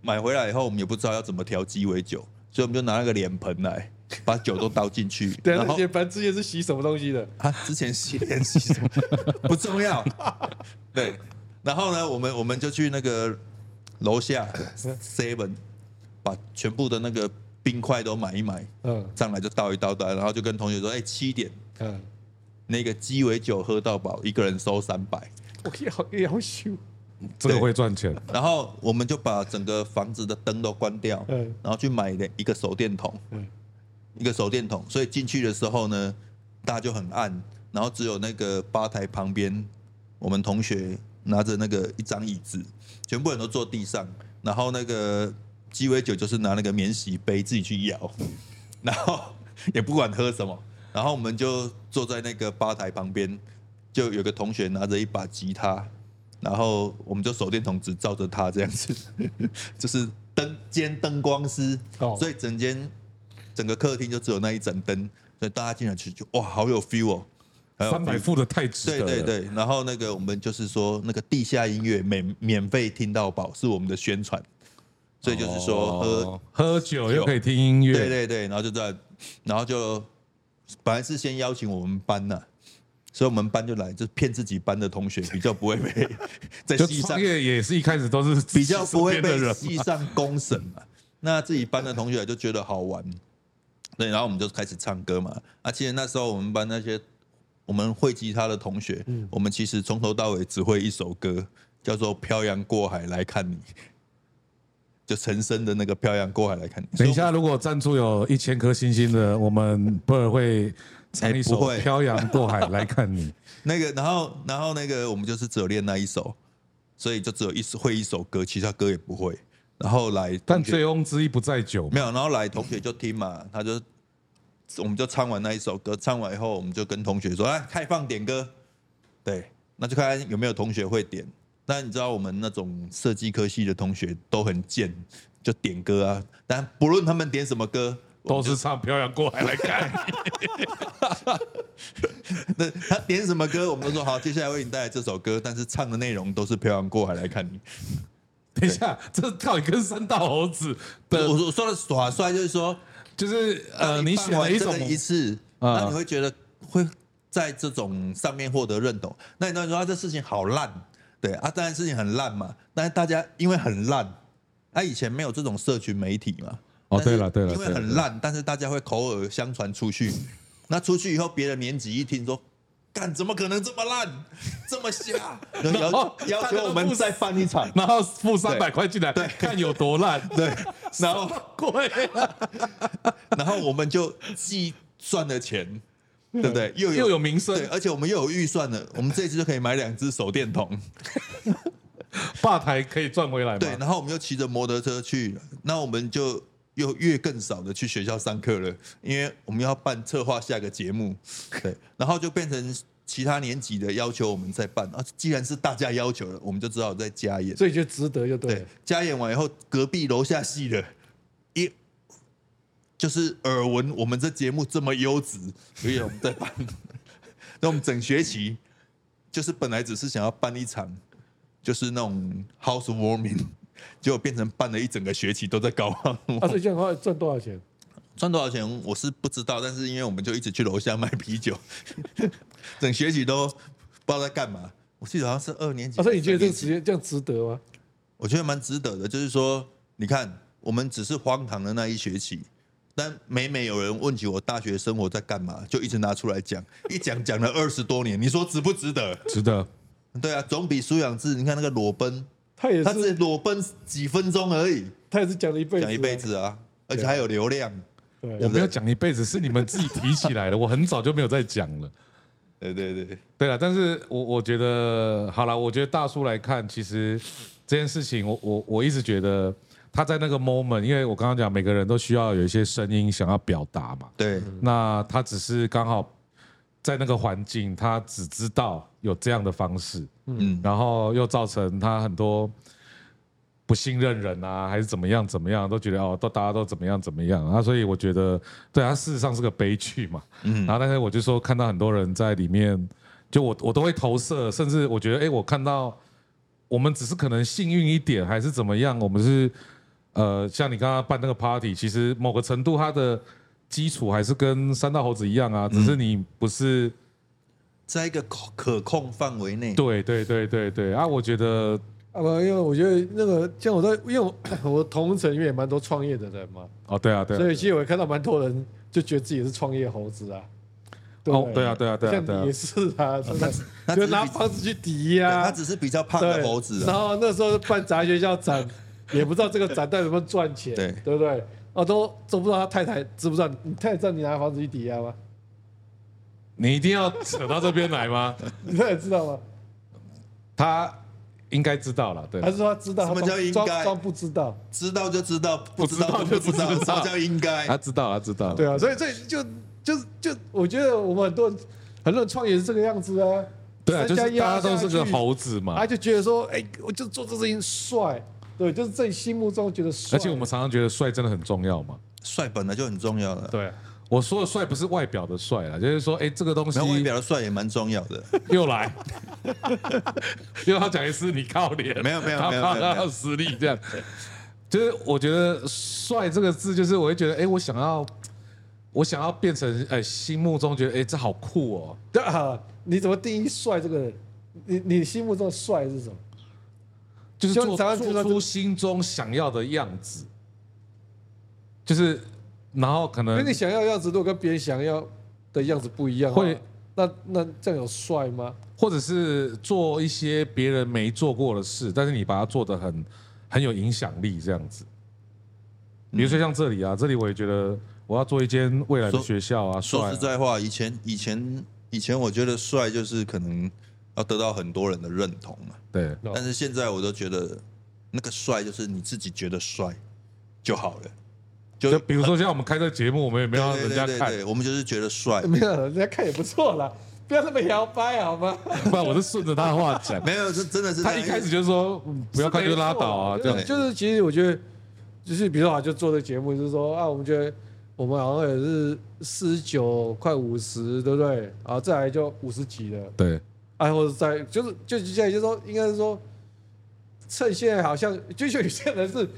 C: 买回来以后我们也不知道要怎么调鸡尾酒，所以我们就拿那个脸盆来把酒都倒进去，
B: 对啊，
C: 然
B: 那
C: 后
B: 些反正之前是洗什么东西的，
C: 他啊之前洗脸洗什么不重要，对。然后呢，我们我们就去那个楼下 Seven，把全部的那个冰块都买一买，
B: 嗯
C: 上来就倒一倒倒，然后就跟同学说，哎、七点
B: 嗯，
C: 那个鸡尾酒喝到饱，一个人收三百。
B: 我也好也好羞，
A: 这个会赚钱，
C: 然后我们就把整个房子的灯都关掉，
B: 嗯
C: 然后去买了一个手电筒，
B: 嗯
C: 一个手电筒，所以进去的时候呢，大家就很暗，然后只有那个吧台旁边，我们同学拿着那个一张椅子，全部人都坐地上，然后那个鸡尾酒就是拿那个免洗杯自己去摇， 然后也不管喝什么，然后我们就坐在那个吧台旁边，就有个同学拿着一把吉他，然后我们就手电筒只照着他这样子， 就是灯兼灯光师，
B: 哦
C: 所以整间整个客厅就只有那一盏灯，所以大家进来去就哇，好有 feel 哦，好有
A: 三百
C: feel
A: 付的太值得
C: 对
A: 了，
C: 对对，然后那个我们就是说那个地下音乐免免费听到饱是我们的宣传，所以就是说喝、
A: 哦喝酒又可以听音乐，
C: 对对对，然后就在，然后就本来是先邀请我们班呐、所以我们班就来，就骗自己班的同学比较不会被 在
A: 就
C: 系上
A: 创业也是一开始都是自己
C: 比较不会
A: 身边
C: 被
A: 的人
C: 系上公审嘛。那自己班的同学就觉得好玩，对，然后我们就开始唱歌嘛。啊，其实那时候我们班那些我们会吉他的同学，
A: 嗯
C: 我们其实从头到尾只会一首歌，叫做《漂洋过海来看你》， 就陈升的那个《漂洋过海来看你》。
A: 等一下，如果赞助有一千颗星星的，我们不尔会唱一
C: 哎
A: 首
C: 不
A: 《
C: 会
A: 漂洋过海来看 你》
C: 那个，然后然后那个我们就是只有练那一首，所以就只有一首会一首歌，其他歌也不会。然后来同学，
A: 但醉翁之意不在酒嘛，
C: 没有，然后来同学就听嘛，他就我们就唱完那一首歌，唱完以后，我们就跟同学说，来开放点歌，对，那就看有没有同学会点。那你知道我们那种设计科系的同学都很贱，就点歌啊，但不论他们点什么歌，
A: 都是唱《漂洋过海来看 你》
C: 那他点什么歌，我们都说好，接下来为你带来这首歌，但是唱的内容都是漂洋过海来看你。
A: 等一下，这到底跟三道猴子的
C: 我，说我说的耍帅就是说，
A: 就是呃，
C: 当
A: 你
C: 办
A: 选了
C: 完
A: 一
C: 这
A: 种
C: 个仪式，
A: 啊
C: 那你会觉得会在这种上面获得认同。那你当然说、啊、这事情好烂，对啊，当然事情很烂嘛，但是大家因为很烂，啊，以前没有这种社群媒体嘛。
A: 哦
C: 但是
A: 对了对了
C: 因为
A: 对了
C: 很烂，但是大家会口耳相传出去，那出去以后，别的年级一听说。干怎么可能这么烂，这 么瞎？然后要要
A: 大家
C: 求
A: 都
C: 我们
A: 不
C: 再办一场，
A: 然后付三百块进来，看有多烂，
C: 对，然后
A: 贵啊，
C: 然后我们就既赚了钱，对不对？又 有
A: 嗯又有名声
C: 对，而且我们又有预算了，我们这次就可以买两只手电 筒，
A: 吧台可以赚回来
C: 对，
A: 吗？
C: 然后我们又骑着摩托车去，那我们就又越更少的去学校上课了，因为我们要办策划下个节 目，对，然后就变成。其他年级的要求我们再办啊，既然是大家要求了，我们就只好再加演。
B: 所以就值得就对
C: 对
B: 了。，
C: 加演完以后，隔壁楼下系的，一就是耳闻我们这节目这么优质，所以我们在办， 那我们整学期就是本来只是想要办一场，就是那种 housewarming，结果变成办了一整个学期都在搞
B: 啊，所以这样的话赚多少钱？
C: 赚多少钱我是不知道，但是因为我们就一直去楼下买啤酒， 整学期都不知道在干嘛。我记得好像是二年级，
B: 啊，所以你觉得这
C: 三年
B: 个
C: 级
B: 时间这样值得吗？
C: 我觉得蛮值得的。就是说，你看，我们只是荒唐的那一学期，但每每有人问起我大学生活在干嘛，就一直拿出来讲，一讲讲了二十多年，你说值不值得？
A: 值得。
C: 对啊，总比苏养志，你看那个裸奔，
B: 他也
C: 他
B: 是，
C: 只裸奔几分钟而已，
B: 他也是讲了一辈子啊，
C: 讲一辈子啊，而且还有流量，
B: 对。
A: 我没有讲一辈子，是你们自己提起来的，我很早就没有再讲了。
C: 对对对，
A: 对了，但是我我觉得好了，我觉得大叔来看，其实这件事情我，我我一直觉得他在那个 moment，因为我刚刚讲每个人都需要有一些声音想要表达嘛，
C: 对
A: 那他只是刚好在那个环境，他只知道有这样的方式，
C: 嗯，
A: 然后又造成他很多不信任人啊，还是怎么样怎么样，都觉得哦，都大家都怎么样怎么样啊，所以我觉得对他事实上是个悲剧嘛。嗯，然后但是我就说看到很多人在里面，就我我都会投射，甚至我觉得哎，诶我看到我们只是可能幸运一点，还是怎么样，我们是呃，像你刚刚办那个 party，其实某个程度它的基础还是跟三大猴子一样啊，只是你不是。
C: 在一个可可控范围内，
A: 对对对对对啊！我觉得
B: 啊，不，因为我觉得那个，像我在，因为我我同城里面也蛮多创业的人嘛，
A: 哦，对啊对啊，
B: 所以其实我也看到蛮多人就觉得自己是创业猴子啊。不
A: 哦对啊对啊对啊对
B: 像
A: 啊
B: 你也是啊，真
C: 他
B: 的，
C: 只
B: 就是拿
C: 比
B: 房子去抵
C: 对
B: 押、
C: 他只是比较胖
B: 对，
C: 的猴子
B: 然
C: 啊，
B: 后那时候办杂学校展，也不知道这个展到底有没有赚钱，
C: 对
B: 对不对？哦，都都不知道他太太知不知道，你太太知道你拿房子去抵押吗？
A: 你一定要扯到这边来 吗？
B: 你太太知道吗？
A: 他应该知道了，对
B: 还是说他知道？
C: 什么
B: 他装
C: 叫应
B: 装
C: 该
B: 装不知道？
C: 知道就知道，不知道
A: 不知道
C: 就
A: 就
C: 不知
A: 不
C: 道，
A: 知道
C: 这叫应该
A: 他。知道了，他知道了。
B: 对啊，所以这就就就，我觉得我们很多人很多人创业是这个样子啊。
A: 对啊，就
B: 三
A: 是
B: 加
A: 大
B: 一
A: 家都是个，猴子
B: 他、
A: 嘛
B: 啊、。就觉得说，哎、我就做这事情帅，对，就是自己心目中觉得帅。
A: 而且我们常常觉得帅真的很重要嘛。
C: 帅本来就很重要了，
A: 对，我说的帅不是外表的帅啦，就是说，哎，这个东西
C: 然后外表的帅也蛮重要的。
A: 又来，又要讲一次你靠脸，
C: 没有没有
A: 他
C: 没有
A: 怕
C: 没有
A: 他
C: 没有
A: 有实力这样。就是我觉得“帅”这个字，就是我会觉得，哎，我想要，我想要变成，哎，心目中觉得，哎，这好酷哦。
B: 对啊，你怎么定义帅这个人？你你心目中的帅是什么？
A: 就是做
B: 就早上听
A: 做
B: 到这
A: 出心中想要的样子，就是然后可
B: 因为
A: 能
B: 你想要的样子，如果跟别人想要的样子不一样的话，
A: 会
B: 那那这样有帅吗？
A: 或者是做一些别人没做过的事，但是你把它做得很很有影响力这样子。比如说像这里啊，这里我也觉得我要做一间未来的
C: 嗯说
A: 学校啊， 帅
C: 说
A: 啊
C: 实在话，以前以前以前我觉得帅就是可能要得到很多人的认同嘛，
A: 对
B: 哦
C: 但是现在我都觉得那个帅就是你自己觉得帅就好了，就
A: 就比如说像我们开这个节目，我们也没有让
C: 对
A: 人
C: 对
A: 家
C: 对
A: 看，
C: 对，我们就是觉得帅。
B: 没有，人家看也不错啦，不要那么摇摆好吗？
A: 不然我是顺着他的话讲。
C: 没有，这真的是
A: 他一开始就说嗯不要看就拉倒啊，这
B: 就
A: 样
B: 是
C: 对
B: 就是其实我觉得，就是比如说啊，就做这节目，就是说啊，我们觉得我们好像也是四十九快五十，对不对？啊，再来就五十几了，
A: 对
B: 啊，或者再就是就现在就说，应该是说，趁现在好像就是有些人是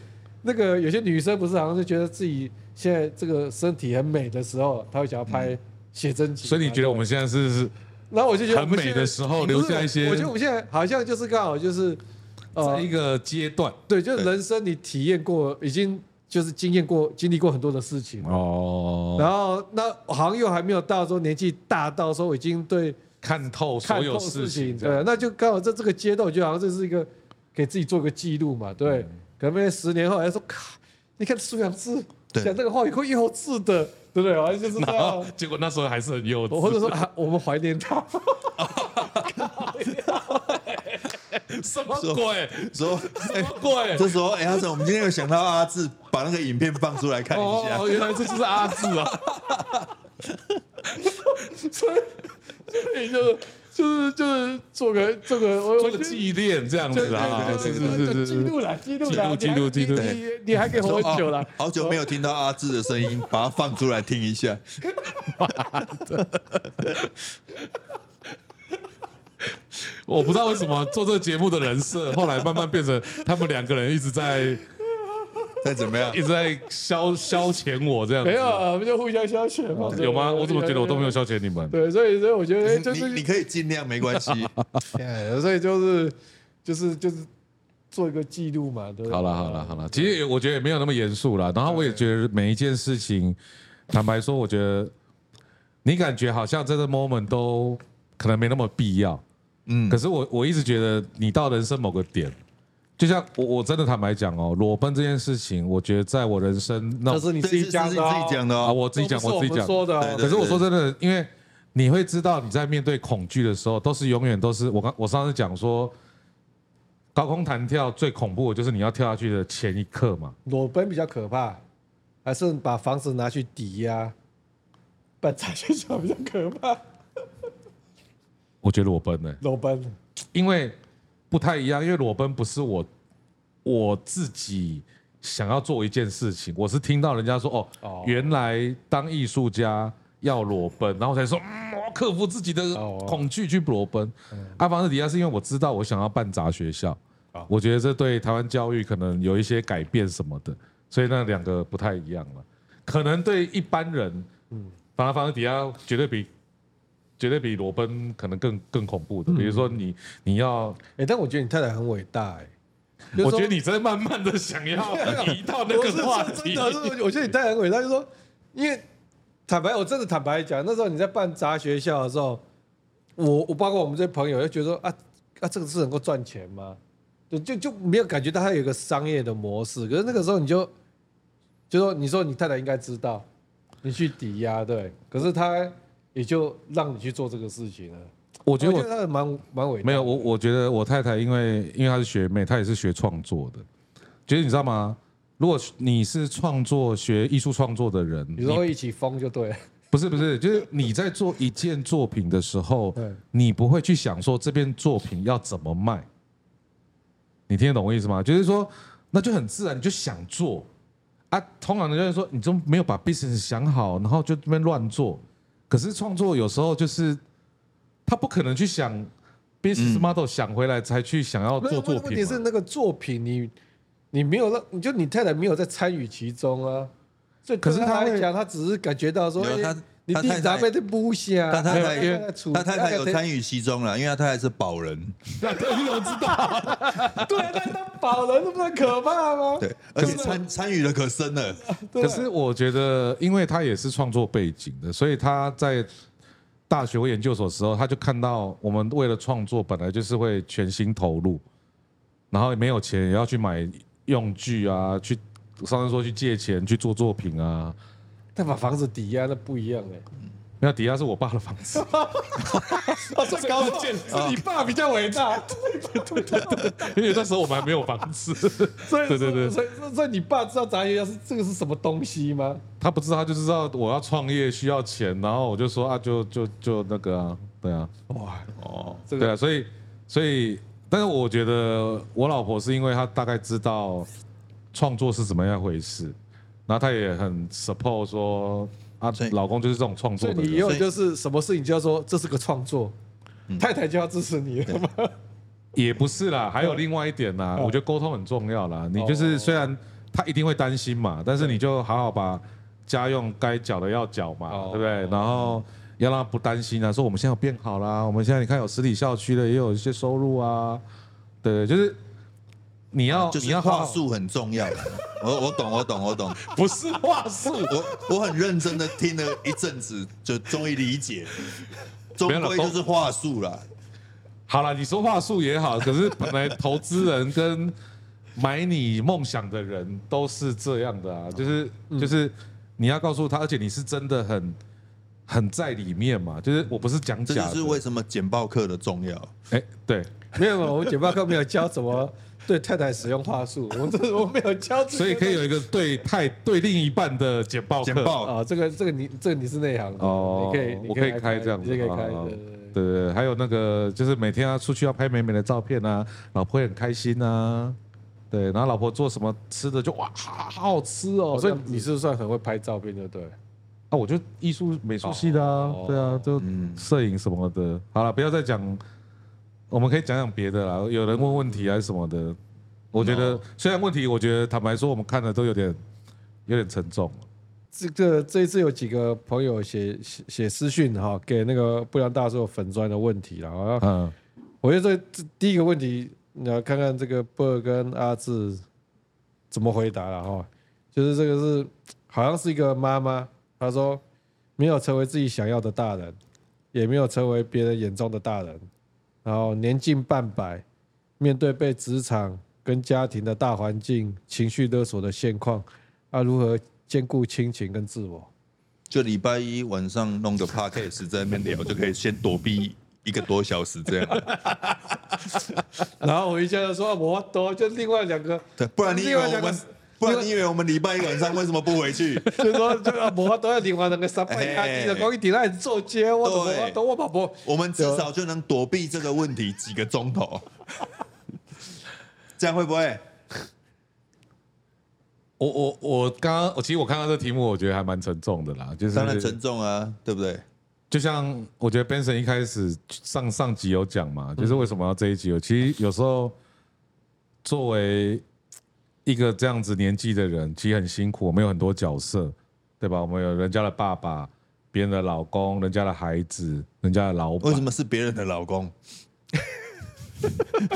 B: 那个有些女生不是好像是觉得自己现在这个身体很美的时候，她会想要拍写真集
A: 嗯
B: 嘛，
A: 所以你觉得我们现在是是
B: 然后我就觉得
A: 很
B: 我们现在
A: 美的时候
B: 不是
A: 留下一些
B: 我觉得我们现在好像就是刚好就是，呃
A: 在，一个阶段
B: 对，就是人生你体验过，已经就是经验过、经历过很多的事情，
A: 哦，
B: 然后那好像又还没有到说年纪大到说已经对
A: 看透所
B: 看
A: 有
B: 透
A: 事
B: 事
A: 情，
B: 情，
A: 这样
B: 对，那就刚好在这个阶段，我觉得好像这是一个给自己做个记录嘛，对，可能未来十年后来说，靠，你看苏阳志
C: 对
B: 讲这个话有够幼稚的，对不对？好像就是这
A: 然后
B: 样。
A: 结果那时候还是很幼
B: 我或者
A: 稚，
B: 说啊，我们怀念他，
A: 什么鬼？
C: 说，
A: 什么鬼？
C: 这时候哎，阿成，我们今天有想到阿志，把那个影片放出来看一下
A: 哦，。原来这就是阿志啊！
B: 所以所以就是就是就是做个做个 我
A: 做
B: 我
A: 个
B: 觉得
A: 纪念这样
B: 对
A: 子啊，
B: 对
A: 是
B: 对
A: 是
B: 对对
A: 是
B: 记
A: 是
B: 录了，记录了，
A: 记录记录
B: 你还
A: 记
B: 你你你还可以活很久了
C: 哦。好久没有听到阿志的声音，把它放出来听一下。
A: 我不知道为什么做这个节目的人设，后来慢慢变成他们两个人一直在
C: 再怎么样
A: 一，直在消消遣我这样子。
B: 没有，啊，我们就互相消遣嘛。对
A: 有吗？我怎么觉得我都没有
B: 对
A: 消遣你们？
B: 对，所以所以我觉得就
C: 你你
B: 是，
C: 可以尽量没关系。
B: 哎所以就是就是就是做一个记录嘛，对不对？
A: 好了好了好了，其实也我觉得也没有那么严肃啦。然后我也觉得每一件事情，坦白说，我觉得你感觉好像在这 moment 都可能没那么必要。
C: 嗯
A: 可，是我我一直觉得，你到人生某个点，就像我我真的坦白讲哦，裸奔这件事情，我觉得在我人生那
B: 这是你
C: 这
B: 自
C: 是
B: 己讲的哦，
C: 是你自己讲的
A: 啊，
C: 哦。
A: 我自己讲，
B: 都不是
A: 我自己
B: 们
A: 讲。
B: 说的
C: 对
B: 哦。
A: 可是我说真的，因为你会知道你在面对恐惧的时候，都是永远都是我刚我上次讲说，高空弹跳最恐怖的就是你要跳下去的前一刻嘛。
B: 裸奔比较可怕，还是把房子拿去抵押，办诈骗集团比较可怕？
A: 我觉得裸奔呢、欸
B: 裸奔，
A: 因为不太一样，因为裸奔不是我我自己想要做一件事情，我是听到人家说哦，
B: 哦
A: 原来当艺术家要裸奔，然后我才说嗯，我要克服自己的
B: 哦嗯
A: 恐惧去裸奔。阿凡达底下是因为我知道我想要办杂学校
B: 哦，
A: 我觉得这对台湾教育可能有一些改变什么的，所以那两个不太一样了。可能对一般人，嗯，反正反正底下绝对比绝对比裸奔可能更更恐怖的。
B: 嗯
A: 比如说你你要，
B: 哎、但我觉得你太太很伟大、哎。
A: 我觉得你在慢慢的想要 移到那
B: 啊我是
A: 个话
B: 说
A: 题，
B: 真的，是我觉得你太很伟大，就是说，因为坦白，我真的坦白讲，那时候你在办杂学校的时候，我我包括我们这些朋友就觉得说啊啊，这个是能够赚钱吗？对，就就没有感觉到它有一个商业的模式。可是那个时候你就就说，你说你太太应该知道，你去抵押对，可是她也就让你去做这个事情了。
A: 我
B: 我
A: 觉得我
B: 她很蛮蛮伟大的，
A: 没有，我我觉得我太太因为因为她是学妹，她也是学创作的，觉得你知道吗？如果你是创作学艺术创作的人，
B: 你说会一起疯就对了。
A: 不是不是，就是你在做一件作品的时候
B: 对，
A: 你不会去想说这件作品要怎么卖，你听得懂我意思吗？就是说，那就很自然，你就想做啊。通常人家会说，你都没有把 business 想好，然后就这边乱做。可是创作有时候就是，他不可能去想 business model，、想回来才去想要
B: 不
A: 哦做
B: 是
A: 作
B: 问题
A: 品
B: 是
A: 嘛。
B: 那个作品你，你没有让，你就你太太没有在参与其中啊。所以
A: 可是
B: 对
A: 她
B: 她
A: 会
B: 来讲，她只是感觉到说，
C: 没有
B: 哎
C: 她
B: 你
C: 她
B: 弟
C: 太
B: 咋
C: 太
B: 被这不下？
C: 他太太
A: 没有因为
B: 处
C: 他太太有
B: 与，
C: 参与其中了，因为他太太是保 人。
A: 那你怎么知道？
B: 对，那当保人那不是很可怕吗？
C: 对，而且参参与的可深 了。
B: 对
A: 可是我觉得，因为他也是创作背景的，所以他在大学或研究所的时候，他就看到我们为了创作本来就是会全心投入，然后没有钱也要去买用具啊，去上次说去借钱去做作品啊，
B: 他把房子抵押，那不一样哎、
A: 没有底下是我爸的房子，
B: 哦，最高建是你爸比较伟大，
A: 因为那时候我们还没有房子，
B: 所以
A: 对对对
B: 所以所以所以你爸知道杂鱼要是这个是什么东西吗？
A: 他不知道，他就知道我要创业需要钱，然后我就说啊，就就就那个啊，对啊，
B: 哇，
C: 哦，
B: 这
A: 对
B: 个
A: 啊，所以所以，但是我觉得我老婆是因为她大概知道创作是怎么样一回事，然后她也很 support 说啊
C: 所以，
A: 老公就是这种创
B: 所
A: 作
B: 以
A: 的
B: 你以
A: 人，
B: 后就是什么事情就要说这是个创作，太太就要支持你了嘛。
A: 也不是啦。还有另外一点啦，我觉得沟通很重要啦。你就是虽然她一定会担心嘛，但是你就好好把家用该缴的要缴嘛
B: 哦，
A: 对不对？然后。要让她不担心啊！说我们现在有变好啦，我们现在你看有实体校区的，也有一些收入啊，对，就是你要、
C: 就
A: 你
C: 是
A: 要好
C: 话
A: 好
C: 术很重要。我我懂，我懂，我懂。
A: 不是话术，
C: 我我很认真的听了一阵子，就终于 理解，终
A: 没有啦
C: 归就是话术啦。
A: 好了，你说话术也好，可是本来投资人跟买你梦想的人都是这样的
C: 嗯
A: 啊，就是就是你要告诉他，而且你是真的很很在里面嘛，就是我不是讲
C: 这
A: 假
C: 就是
A: 的
C: 为，什么简报课的重要。
A: 哎，对，
B: 没有，我们简报课没有教怎么对太太使用话术，我们这我们没有教这些东西，
A: 所以可以有一个对太对另一半的简报课
C: 简报
B: 啊，这个这个你这个你是内行的
A: 哦，
B: 你可以
A: 我可以
B: 来
A: 开这样子，哦
B: 你可以
A: 好
B: 开
A: 好好
B: 的。
A: 对对对，还有那个就是每天啊出去要拍美美的照片啊，老婆也很开心啊，对，然后老婆做什么吃的就哇好好吃哦，
B: 哦，
A: 所
B: 所
A: 以
B: 以你是算很会拍照片，对不对？
A: 啊，我就艺术美术系的啊，
B: 哦
A: 对啊，就摄影什么的。好了，不要再讲，我们可以讲讲别的啦。有人问问题还是什么的，我觉
B: 哦
A: 得、虽然问题，我觉得坦白说，我们看的都有点有点沉重。
B: 这个这一次有几个朋友写写写私讯哈、给那个不良大叔粉砖的问题了啊。
A: 嗯，
B: 我觉得这第一个问题，你要看看这个布尔跟阿志怎么回答了哈、就是这个是好像是一个妈妈，她说没有成为自己想要的大人，也没有成为别人眼中的大人，然后年近半百，面对被职场跟家庭的大环境情绪勒索的现况，啊，如何兼顾亲情跟自我？
C: 就礼拜一晚上弄个 podcast 在那边聊，就可以先躲避一个多小时这 样。
B: 然后我一下就说，啊我都就另外两个，
C: 对，不然你以为
B: 另外
C: 我
B: 两个
C: 们，不然你以为我们礼拜一晚上为什么不回去？
B: 就说就啊，无法度要另外两个三百压低的，讲伊伫咱做街，我都无法度，我嘛无。
C: 我们至少就能躲避这个问题几个钟头， 这样会不会？
A: 我我我刚刚，我其实我看到这题目，我觉得还蛮沉重的啦，就是
C: 当然沉重啊，对不对？
A: 就像我觉得 Benson 一开始上上集有讲嘛，就是
C: 嗯
A: 为什么要这一集有？其实有时候作为一个这样子年纪的人，其实很辛苦，我们有很多角色，对吧？我们有人家的爸爸、别人的老公、人家的孩子、人家的老
C: 为
A: 板
C: 什，么是别人的老公？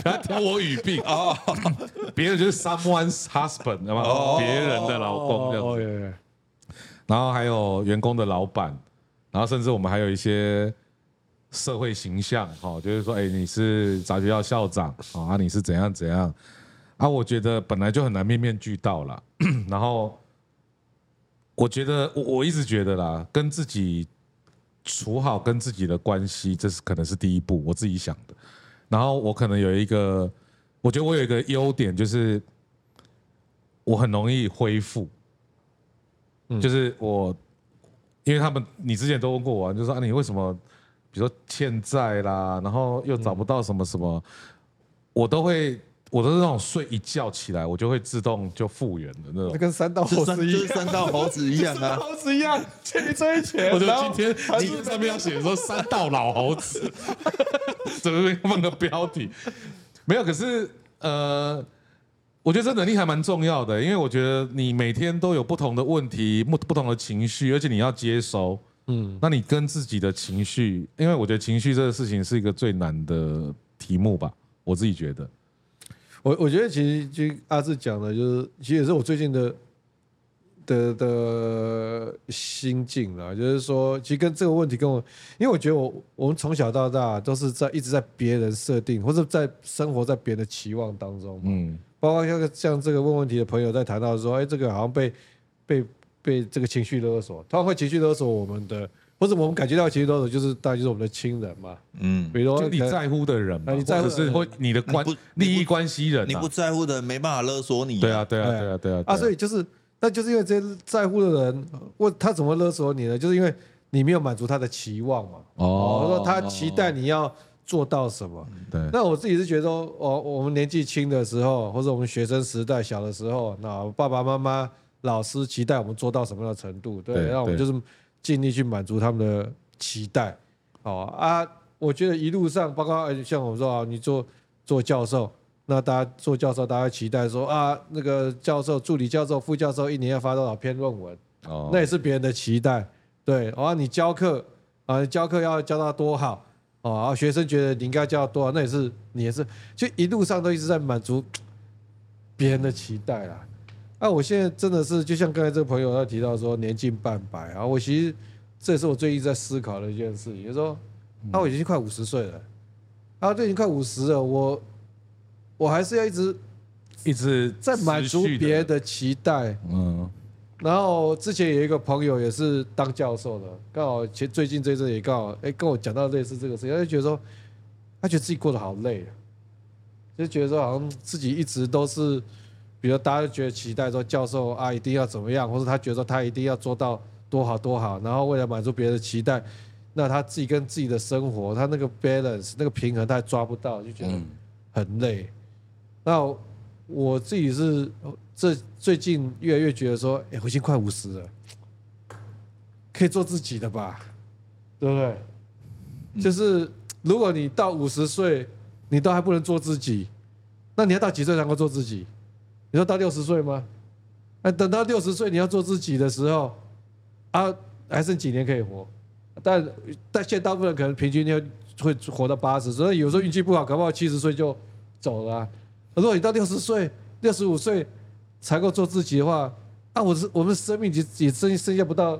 A: 不要挑我语病哦。 别人就是 someone's husband，对
C: 哦
A: 吧？别人的老公这样子。
B: 样
A: 然后还有员工的老板，然后甚至我们还有一些社会形象，哈、就是说，哎，你是杂学校校长，哦、啊，你是怎样怎样，啊，我觉得本来就很难面面俱到啦。然后我觉得，我我一直觉得啦，跟自己处好跟自己的关系，这是可能是第一步，我自己想的。然后我可能有一个，我觉得我有一个优点就是，我很容易恢复。就是我，因为他们你之前都问过我啊、就说啊你为什么，比如说欠债啦，然后又找不到什么什么，我都会，我都是那种睡一觉起来，我就会自动就复原的那
B: 那
A: 种。
B: 跟三道
C: 就
B: 猴
C: 三
B: 子
C: 就
B: 哦一
C: 是
B: 样，
C: 三道猴子一样
B: 三道
C: 啊，
B: 猴子一样，欠一堆 钱，
A: 我就
B: 然后
A: 今天
B: 还是
A: 你上面要写说三道老猴子， 怎么放个标题？没有，可是呃，我觉得这能力还蛮重要的，因为我觉得你每天都有不同的问题、不不同的情绪，而且你要接收。嗯，那你跟自己的情绪，因为我觉得情绪这个事情是一个最难的题目吧，我自己觉得。
B: 我我觉得其实就阿志讲的，就是其实也是我最近的的的心境啦，就是说，其实跟这个问题跟我，因为我觉得我我们从小到大都是在一直在别人设定，或者在生活在别人的期望当中嘛。
A: 嗯，
B: 包括像像这个问问题的朋友在谈到说，哎，这个好像被被被这个情绪勒索，他们会情绪勒索我们的或者我们感觉到其实都是就是大家就是我们的亲人嘛，
C: 嗯，
B: 比如
A: 就
B: 说
A: 你
B: 可能
A: 在乎的人嘛，
B: 啊你
A: 或
B: 在乎
A: 者是或你的关
C: 你不
A: 利益关系人
C: 你
A: 啊
C: 不，在乎的没办法勒索你、
A: 对啊，，对啊，对啊，对啊，对
B: 啊，所以就是那就是因为这些在乎的人，问他怎么勒索你呢？就是因为你没有满足他的期望嘛。
A: 哦
B: 我说他期待你要做到什么？
A: 对
B: 那我自己是觉得说，我我们年纪轻的时候，或者我们学生时代小的时候，那爸爸妈妈、老师期待我们做到什么样的程度，对，
A: 对
B: 那我们
A: 对
B: 就是尽力去满足他们的期待。哦啊，我觉得一路上，包括呃像我们说啊，你做做教授，那大家做教授，大家期待说啊，那个教授、助理教授、副教授一年要发多少篇论文？
A: 哦
B: 那也是别人的期待。对，然、后你教课啊，你教课要教到多好哦，然后学生觉得你应该教到多好，那也是你也是，就一路上都一直在满足别人的期待啦。啊，我现在真的是就像刚才这个朋友他提到说年近半百啊，我其实这也是我最近在思考的一件事情，就是说，
A: 嗯
B: 啊，我已经快五十岁了，啊，都已经快五十了，我我还是要一直
A: 一直
B: 在满足
A: 持续地
B: 别人，的期待，
A: 嗯，
B: 然后之前有一个朋友也是当教授的，刚好前最近这一阵也刚好哎跟我讲到类似这个事情，他就觉得说，他觉得自己过得好累、啊，就觉得说好像自己一直都是，比如大家就觉得期待说教授啊一定要怎么样，或者他觉得说他一定要做到多好多好，然后为了满足别人的期待，那他自己跟自己的生活，他那个 balance 那个平衡他还抓不到，就觉得很累。那我自己是这最近越来越觉得说，哎、我已经快五十了，可以做自己的吧，对不对？
A: 嗯
B: 就是如果你到五十岁，你都还不能做自己，那你要到几岁才能够做自己？你说到六十岁吗？那等到六十岁你要做自己的时候，啊，还剩几年可以活？但但现在大部分人可能平均要会活到八十，所以有时候运气不好，搞不好七十岁就走了啊、如果你到六十岁、六十五岁才够做自己的话，啊，我是我们生命也也剩剩下不到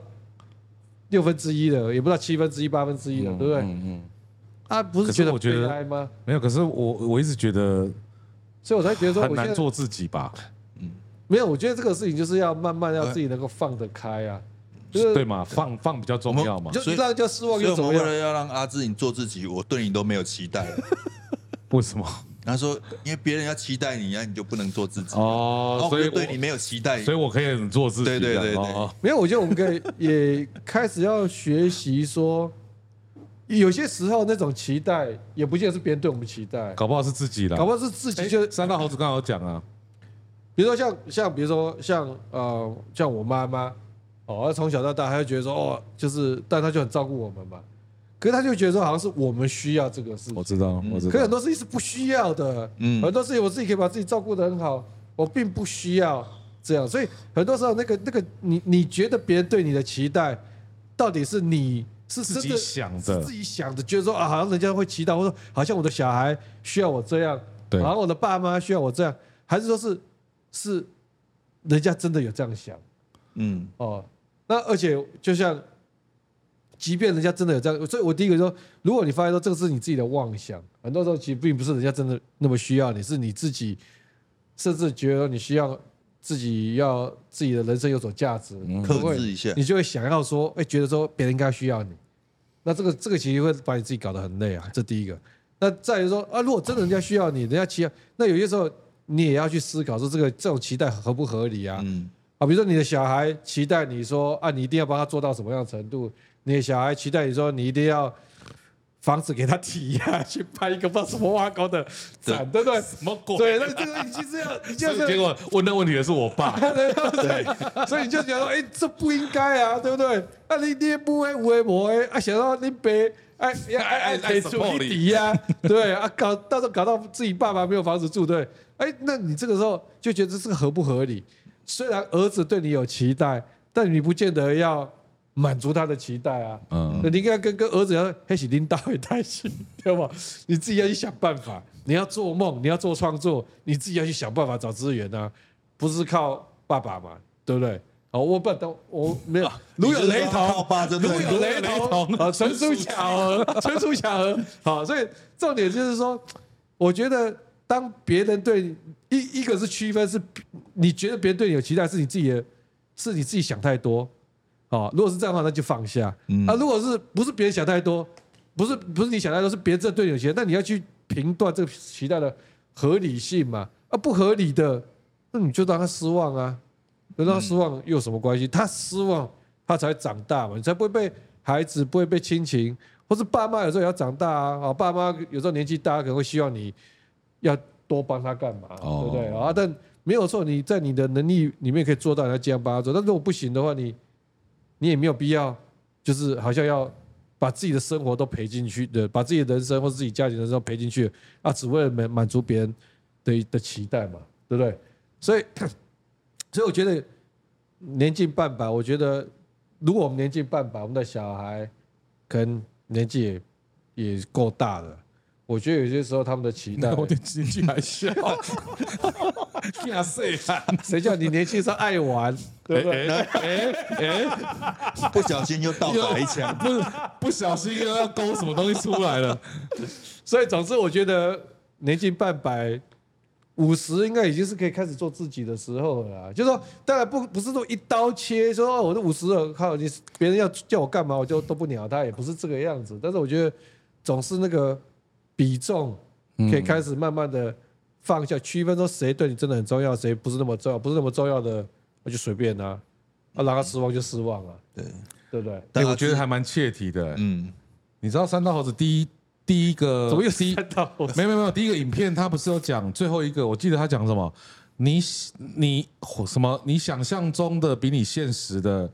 B: 六分之一了，也不到七分之一、八分之一了，对不对？
A: 嗯，
B: 啊，不
A: 可
B: 是
A: 是
B: 觉得
A: 我觉得
B: 悲哀吗？
A: 没有，可是我我一直觉得
B: 所以我才觉得说，
A: 很
B: 我现
A: 难
B: 在
A: 做自己吧，
B: 没有，我觉得这个事情就是要慢慢要自己能够放得开啊，就是
A: 呃对嘛，放放比较重要嘛
B: 你，就
C: 所
B: 一
C: 以
B: 让人家失望
C: 所以
B: 又
C: 我
B: 怎
C: 们
B: 么
C: 为
B: 样？
C: 了要让阿志你做自己，我对你都没有期待了。
A: 为什么？
C: 他说，因为别人要期待你，那你就不能做自己。
A: 哦
C: 哦，
A: 所以
C: 我就对你
A: 我
C: 没有期待，
A: 所以我可以很做自己的，
C: 对对对对
A: 哦
B: 没有，我觉得我们可以也开始要学习说，有些时候那种期待也不见得是别人对我们期待，
A: 哦搞不好是自己的，
B: 搞不好是自己
A: 哎
B: 就
A: 三道猴子刚好有讲啊，
B: 比如说像像比如说像呃像我妈妈，哦，她从小到大，她就觉得说哦，就是，但她就很照顾我们嘛。可是她就觉得说，好像是我们需要这个事
A: 我
B: 情，
A: 知道，我知
B: 嗯可是
A: 道
B: 很，多事情是不需要的。
C: 嗯
B: 很多事情我自己可以把自己照顾得很好，我并不需要这样。所以很多时候，那个那个，你你觉得别人对你的期待，到底是你是
A: 自己
B: 真的
A: 想的
B: 是自己想的，觉得说啊，好像人家会期待，或者说好像我的小孩需要我这样，
A: 对
B: 好像我的爸妈需要我这样，还是说是是人家真的有这样想？
C: 嗯，
B: 哦，那而且就像，即便人家真的有这样，所以我第一个说，如果你发现说这个是你自己的妄想，很多时候其实并不是人家真的那么需要你，是你自己，甚至觉得你需要自己要自己的人生有所价值，可能
C: 克
B: 会
C: 制一下
B: 你就会想要说，哎，觉得说别人应该需要你，那这个这个其实会把你自己搞得很累啊，这第一个。那再来说啊，如果真的人家需要你，人家期待，那有些时候你也要去思考说这个这种期待合不合理啊？
C: 嗯，
B: 啊，比如说你的小孩期待你说啊，你一定要帮他做到什么样的程度，你的小孩期待你说你一定要房子给他抵押去拍一个不知道什么挖沟的展，对不对？
A: 什么鬼？啊
B: 对，那这个已经 是要，你就
A: 所以结
B: 是
A: 果问那问题的是我 爸，
B: 对，所以你就觉得哎、这不应该啊，对不对？啊，你你也不会为我哎，啊，想到你别哎呀哎哎
A: 爱
B: 给出
A: support
B: 一
A: 你
B: 抵押，对啊，搞到时候搞到自己爸爸没有房子住，对，哎，那你这个时候就觉得这个合不合理？虽然儿子对你有期待，但你不见得要满足他的期待啊。
A: 嗯
B: 那你应该跟跟儿子要一起拎大会担心， 对吧？你自己要去想办法，你要做梦，你要做创作，你自己要去想办法找资源啊，不是靠爸爸嘛，对不对？哦，我不懂，我没有，如有雷同，
C: 靠爸真的
B: 如有雷同啊，纯属巧合， 纯属巧合。好，所以重点就是说，我觉得当别人对你一一个是区分，是你觉得别人对你有期待，是你自己的，是你自己想太多。哦，如果是这样的话，那就放下。
C: 嗯
B: 啊，如果是不是别人想太多，不是不是你想太多，是别人这对你有期待，那你要去评断这个期待的合理性嘛？啊，不合理的，那你就让他失望啊，让他失望又有什么关系？他失望，他才会长大嘛，你才不会被孩子，不会被亲情，或是爸妈有时候也要长大啊。啊，爸妈有时候年纪大，可能会希望你要多帮他干嘛，
A: 哦
B: 对不对啊？但没有错，你在你的能力里面可以做到，你要尽量帮他做。但如果不行的话，你你也没有必要，就是好像要把自己的生活都赔进去的，把自己的人生或是自己家庭的人生都赔进去啊，只为了满满足别人的的期待嘛，对不对？所以， 所以我觉得年近半百，我觉得如果我们年近半百，我们的小孩跟年纪也也够大了，我觉得有些时候他们的期待
A: 那，我对进去还笑， 吓死啊！
B: 谁叫你年轻时候爱玩， 对不对？
C: 不小心又倒打一枪。
A: 不是不小心又要勾什么东西出来了。
B: 所以，总之，我觉得年近半百，五十应该已经是可以开始做自己的时候了啦。就是说，当然不不是说一刀切，说哦，我都五十了，靠你别人要叫我干嘛，我就都不鸟他，也不是这个样子。但是我觉得总是那个比重可以开始慢慢的放下，区分说谁对你真的很重要，谁不是那么重要，不是那么重要的，那就随便啊，啊，让他失望就失望了、
C: 对，
B: 对不对？
A: 哎，
C: 但
A: 我觉得还蛮切题的。欸
C: 嗯，
A: 你知道三道猴子第一第一个
B: 怎么又
A: 第一
B: 看到我？
A: 没有没有没有，第一个影片他不是有讲最后一个，我记得他讲什么？你你哦什么？你想象中的比你现实的，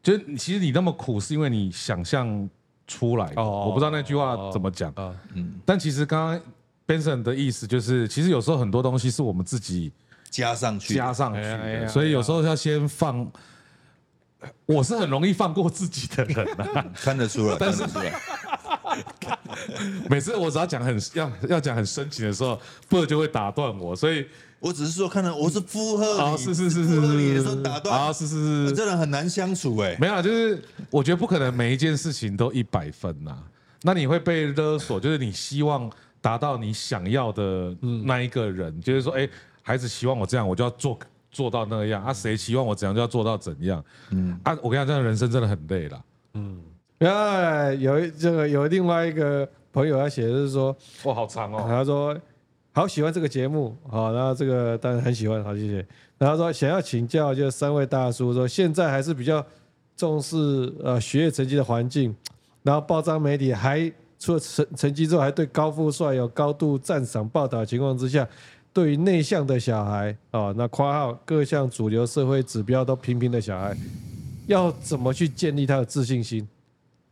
A: 就是你其实你那么苦是因为你想象出来的。
B: 哦
A: 我不知道那句话怎么讲，
B: 啊，
A: 但其实刚刚 Benson 的意思就是，其实有时候很多东西是我们自己
C: 加上去，
A: 加上去
B: 哎呀哎呀
A: 的，所以有时候要先放。我是很容易放过自己的人啊，
C: 看得出来，
A: 但是
C: 看得出来
A: 每次我只要讲很要要讲很深情的时候，布尔就会打断我，所以
C: 我只是说看到我是附和
A: 啊，
C: 你，
A: 是是是是
C: 附和
A: 是
C: 你的
A: 是
C: 时候打
A: 啊，
C: 断，
A: 是是是，
C: 这人很难相处哎。
A: 没有啦，就是我觉得不可能每一件事情都一百分呐、那你会被勒索，就是你希望达到你想要的那一个人，就是说，哎、孩子希望我这样，我就要做做到那样啊，谁希望我怎样就要做到怎样，嗯啊，我跟你讲，这样人生真的很累啦。
B: 原来哎有一这个有另外一个朋友他写的是说，
A: 哇，好长哦，
B: 他说好喜欢这个节目，好，那这个当然很喜欢，好谢谢。然后说想要请教，就是三位大叔说，现在还是比较重视呃学业成绩的环境，然后报章媒体还除了成成绩之外，还对高富帅有高度赞赏报道的情况之下，对于内向的小孩啊、哦那括号各项主流社会指标都平平的小孩，要怎么去建立他的自信心？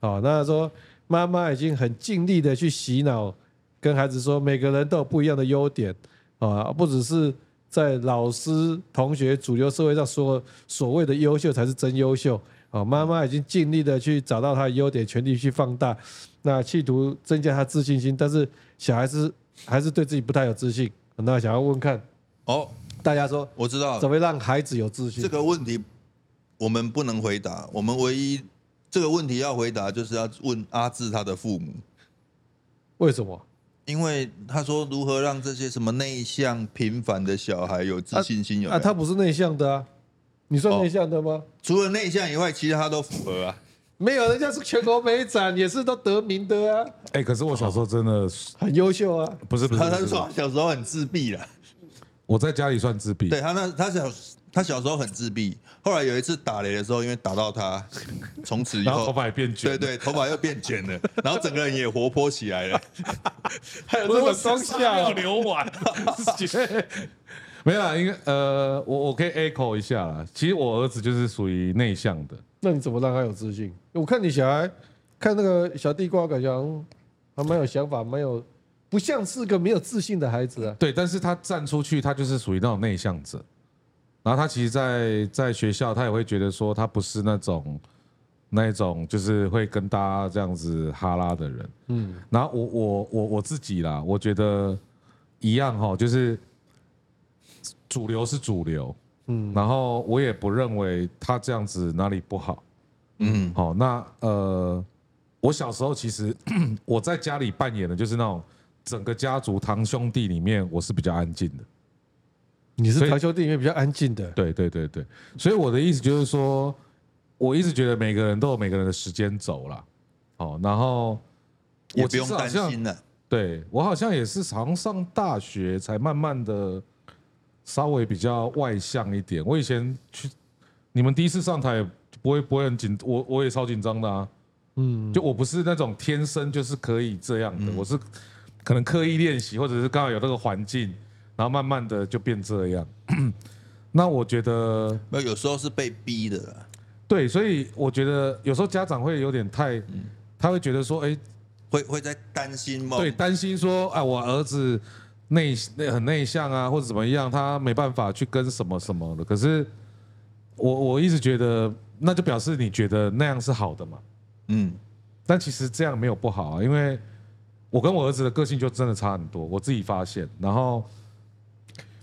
B: 哦，那说妈妈已经很尽力的去洗脑，跟孩子说每个人都有不一样的优点啊、不只是在老师、同学、主流社会上说所谓的优秀才是真优秀啊、妈妈已经尽力的去找到他的优点，全力去放大，那企图增加他自信心，但是小孩子还是对自己不太有自信。那想要问看
C: 哦，
B: 大家说，
C: 我知道
B: 怎么让孩子有自信？
C: 哦这个问题，我们不能回答。我们唯一这个问题要回答，就是要问阿志他的父母，
B: 为什么？
C: 因为他说如何让这些什么内向、平凡的小孩有自信心有没有
B: 啊，他不是内向的啊，你算
C: 哦
B: 内向的吗？
C: 除了内向以外，其他都符合啊。
B: 没有，人家是全国美展，也是都得名的啊，
A: 哎、可是我小时候真的是
B: 很优秀啊。
A: 不是不是
C: 他
A: 不
C: 他
A: 是，不是嗯
C: 说他小时候很自闭啦，
A: 我在家里算自闭，
C: 对他那他小他小时候很自闭，后来有一次打雷的时候，因为打到他，从此以
A: 然后头
C: 后。
A: 发也变卷，
C: 对对，头发又变卷 了，然后整个人也活泼起来了。
B: 还有
A: 我
B: 这
A: 么
B: 么双向，
A: 流完， 没有啦，因为呃，我我可以 echo 一下啦。其实我儿子就是属于内向的，
B: 那你怎么让他有自信？我看你小孩，看那个小地瓜，感觉好像还蛮有想法，蛮有，不像是个没有自信的孩子啊。
A: 对，但是他站出去，他就是属于那种内向者。然后他其实在，在学校，他也会觉得说，他不是那种那一种，就是会跟大家这样子哈拉的人。嗯，然后我我我我自己啦，我觉得一样哈，就是主流是主流，嗯，然后我也不认为他这样子哪里不好，
C: 嗯，
A: 好、那呃，我小时候其实 我在家里扮演的就是那种整个家族堂兄弟里面，我是比较安静的。
B: 你是
A: 所以
B: 台球店里面比较安静的，
A: 对对对对，所以我的意思就是说，我一直觉得每个人都有每个人的时间轴啦。哦，然后
C: 也
A: 我
C: 不
A: 其
C: 用
A: 实好
C: 担
A: 像
C: 心了。
A: 对我好像也是好像上大学才慢慢的稍微比较外向一点。我以前去你们第一次上台也不会不会很紧，我我也超紧张的啊。
B: 嗯，
A: 就我不是那种天生就是可以这样的，我是可能刻意练习，或者是刚好有那个环境，然后慢慢的就变这样。 那我觉得
C: 那有时候是被逼的啊啦，
A: 对，所以我觉得有时候家长会有点太，他会觉得说，哎、
C: 会会在担心嘛。
A: 对，担心说，哎，我儿子内内很内向啊，或者怎么样，他没办法去跟什么什么的。可是我我一直觉得，那就表示你觉得那样是好的嘛。
C: 嗯，
A: 但其实这样没有不好啊，因为我跟我儿子的个性就真的差很多，我自己发现。然后